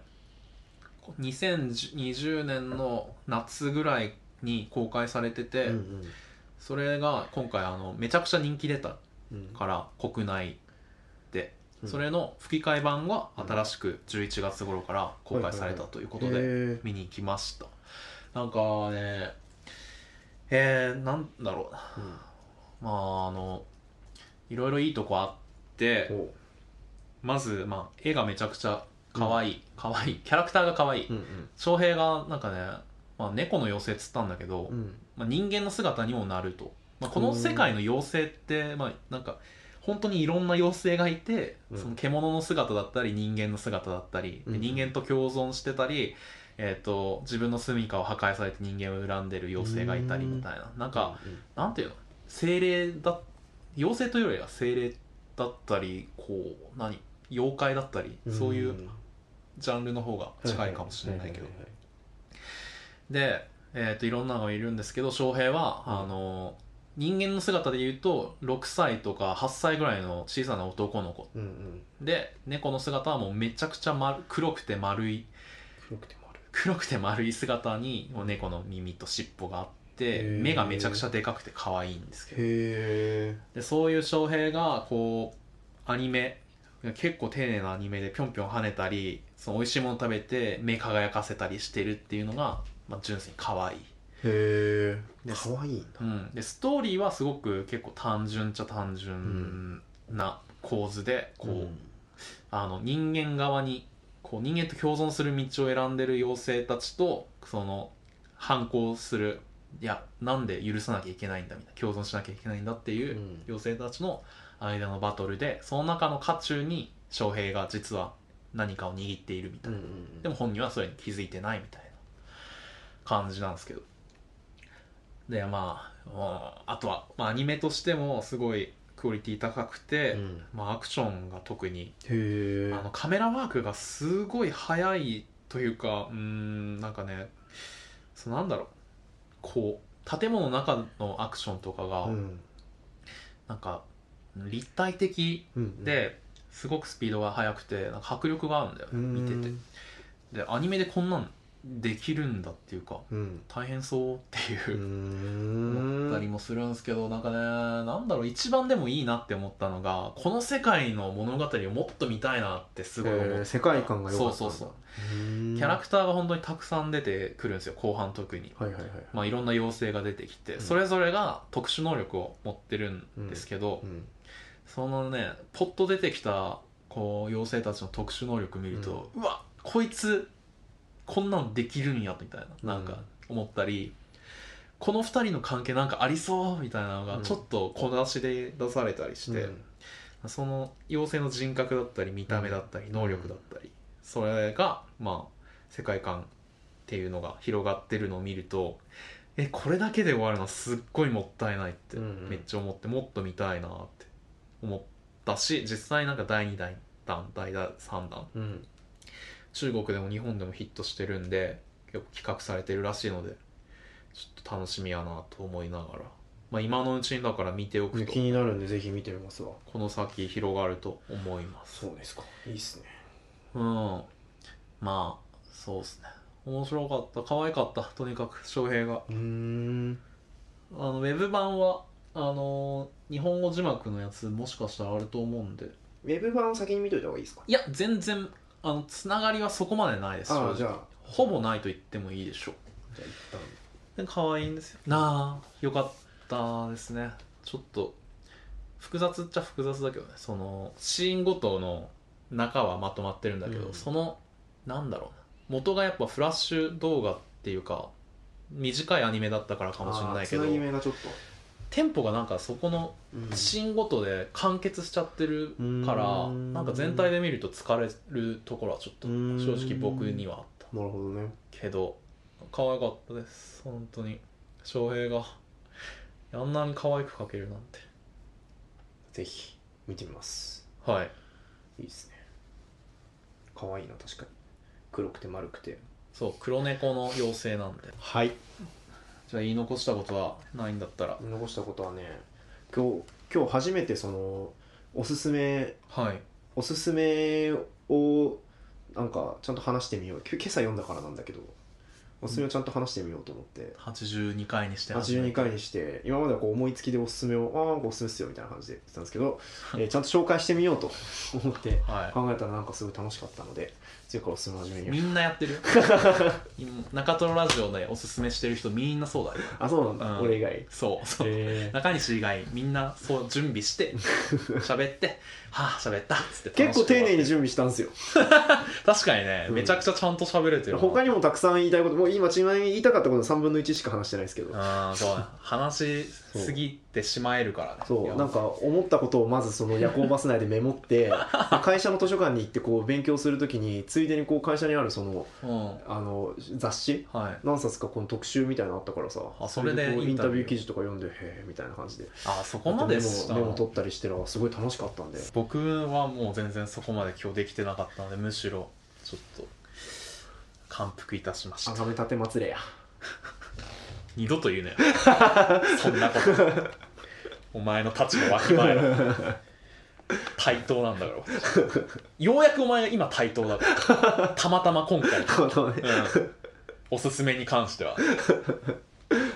B: 2020年の夏ぐらいに公開されてて、
A: うんうん
B: それが今回あのめちゃくちゃ人気出た
A: うん
B: から国内で、
A: うん
B: それの吹き替え版が新しく11月頃から公開されたということ
A: へ
B: で
A: ー
B: 見に行きましたなんかねえー、なんだろうなまああのいろいろいいとこあって、
A: うんお
B: まず、まあ、絵がめちゃくちゃ可愛い可愛いキャラクターが可愛い、
A: うんうん
B: 翔平がなんかね、まあ、猫の妖精っつったんだけど、
A: うん
B: まあ、人間の姿にもなると、まあ、この世界の妖精って、まあ、なんか本当にいろんな妖精がいて、
A: うん
B: その獣の姿だったり人間の姿だったり、で
A: うん
B: 人間と共存してたり、えー、と自分の住処を破壊されて人間を恨んでる妖精がいたりみたいななんかなんていうの精霊だ妖精というよりは精霊だったりこう何妖怪だったり
A: ん
B: そういうジャンルの方が近いかもしれないけどで、えー、といろんなのがいるんですけど翔平は、
A: うん
B: あの人間の姿で言うと6歳とか8歳ぐらいの小さな男の子
A: うんうん
B: で猫の姿はもうめちゃくちゃ丸黒くて丸い
A: 黒くて丸い
B: 黒くて丸い姿にもう猫の耳と尻尾があって
A: へー
B: 目がめちゃくちゃでかくて可愛いんですけど
A: へ
B: でそういう翔平がこうアニメ結構丁寧なアニメでぴょんぴょん跳ねたりその美味しいもの食べて目輝かせたりしてるっていうのが、まあ、純粋に可愛い、
A: えへえ
B: で
A: かわいいんだ
B: うん、でストーリーはすごく結構単純っちゃ単純な構図で、こう、あの人間側にこう人間と共存する道を選んでる妖精たちとその反抗するいやなんで許さなきゃいけないんだみたいな共存しなきゃいけないんだっていううん妖精たちの間のバトルでその中の渦中に翔平が実は何かを握っているみた
A: う
B: い
A: ん
B: な、
A: うん
B: でも本人はそれに気づいてないみたいな感じなんですけどでまあまああとは、まあ、アニメとしてもすごいクオリティ高くて、
A: うん
B: まあ、アクションが特に
A: へえ
B: あのカメラワークがすごい早いというかうーんなんかねそうなんだろうこう建物の中のアクションとかが、
A: うん
B: なんか立体的
A: うん
B: ですごくスピードが速くてなんか迫力があるんだよね
A: うん
B: 見ててでアニメでこんなんできるんだっていうか
A: うん
B: 大変そうって
A: う
B: いう
A: ん
B: 思ったりもするんですけどなんかねなんだろう一番でもいいなって思ったのがこの世界の物語をもっと見たいなってすごい思っ
A: へ
B: た
A: ー世界観が良かったんだ
B: そうそうそう
A: うん
B: キャラクターが本当にたくさん出てくるんですよ後半特に、
A: はいはいはい
B: まあ、いろんな妖精が出てきて、
A: うん
B: それぞれが特殊能力を持ってるんですけど、
A: うん
B: そのねポッと出てきたこう妖精たちの特殊能力見ると、うわこいつこんなのできるんやみたいななん
A: う
B: か
A: ん
B: 思ったり、この2人の関係なんかありそうみたいなのが
A: うん
B: ちょっと小出しで出されたりして、
A: うん
B: その妖精の人格だったり見た目だったり能力だったりそれがまあ世界観っていうのが広がってるのを見るとえこれだけで終わるのすっごいもったいないって
A: うんうん
B: めっちゃ思ってもっと見たいなって思ったし実際なんか第2弾第3弾
A: うん
B: 中国でも日本でもヒットしてるんで結構企画されてるらしいのでちょっと楽しみやなと思いながら、まあ、今のうちにだから見ておくと
A: 気になるんでぜひ見てみますわ
B: この先広がると思います。
A: そうですかいいっすね
B: うんまあそうですね面白かった可愛かったとにかく翔平が
A: うーん
B: あのウェブ版はあのー日本語字幕のやつもしかしたらあると思うんで
A: ウェブ版を先に見といた方がいいですか
B: いや全然あのつながりはそこまでないです
A: ああじ
B: 正
A: ゃ
B: 直
A: あ
B: ほぼないと言ってもいいでしょう
A: じゃあ一
B: で可愛いんですよなあよかったですねちょっと複雑っちゃ複雑だけどねそのシーンごとの中はまとまってるんだけど、
A: うん
B: そのなんだろうな元がやっぱフラッシュ動画っていうか短いアニメだったからか
A: 旦
B: もしれないけど
A: あーつなぎ目がちょっと
B: テンポがなんかそこの
A: うん
B: シーンごとで完結しちゃってるから、
A: うん
B: なんか全体で見ると疲れるところはちょっと
A: うん
B: 正直僕にはあった
A: なるほどね
B: けど可愛かったです本当に翔平があんなに可愛く描けるなんて
A: ぜひ見てみます
B: はい
A: いいですね可愛いな確かに黒くて丸くて
B: そう黒猫の妖精なんで
A: はい
B: じゃあ言い残したことはないんだったら
A: 残したことはね今日今日初めてそのおすすめ
B: はい
A: おすすめをなんかちゃんと話してみようきゅ今朝読んだからなんだけどおすすめをちゃんと話してみようと思って
B: 82回にして始め
A: 82
B: た
A: 回にして今まではこう思いつきでおすすめをああなんかおすすめっすよみたいな感じで言ってたんですけど、えーちゃんと紹介してみようと思って
B: は
A: 考えたらなんかすごい楽しかったので次からおすすめ始め
B: い
A: よう
B: みんなやってるよ 今中トロラジオでおすすめしてる人みんなそうだよ
A: あそうなんだ、
B: うん
A: 俺以外
B: そうそう、
A: えー
B: 中西以外みんなそう準備して 喋ってはあ喋ったっつって楽
A: 結構
B: しく終
A: 丁
B: わって
A: 寧に準備したんですよ
B: 確かにね、
A: うん
B: めちゃくちゃちゃんと喋れてるな
A: 他にもたくさん言いたいこともう今ちなみに言いたかったことの3分の1しか話してないですけど
B: ああそうだ話しすぎてしまえるからね
A: そうなんか思ったことをまずその夜行バス内でメモって 会社の図書館に行ってこう勉強するときについでにこう会社にあるその
B: うん
A: あの雑誌
B: はい
A: 何冊かこの特集みたいなのあったからさ
B: あそれで
A: こうイ
B: イ
A: ン
B: ン
A: タ
B: タ
A: ビ
B: ビ
A: ュ
B: ュ
A: ー
B: ー
A: 記事とか読んでへえみたいな感じで
B: あそこまで
A: メ
B: した
A: モメモ取ったりしてるのがすごい楽しかったんで
B: 僕はもう全然そこまで今日できてなかったのでむしろちょっと感服いたしました
A: 赤目立て祭れや
B: 二度と言 うなよそんなことお前の立場わき まえろ対等なんだから私ようやくお前が今対等だからたまたま今 回、
A: このね
B: うん、おすすめに関しては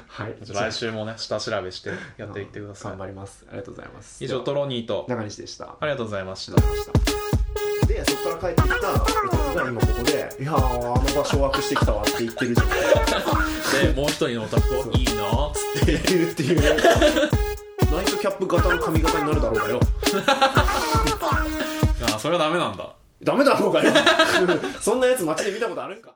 A: はい
B: 来週もね下調べしてやっていってくださ
A: 頑張りますありがとうございます
B: い以上トロニーと
A: 中西でした
B: ありがとうございました
A: でそこから帰ってきた男が今ここで「いやーあの場掌握してきたわ」って言ってるじゃん
B: でもう一人のお宅をいいなっつって
A: 言ってるっていうナイトキャップ型の髪型になるだろうがよ
B: あそれはダメなんだ
A: ダメだろうがよそんなやつ街で見たことあるんか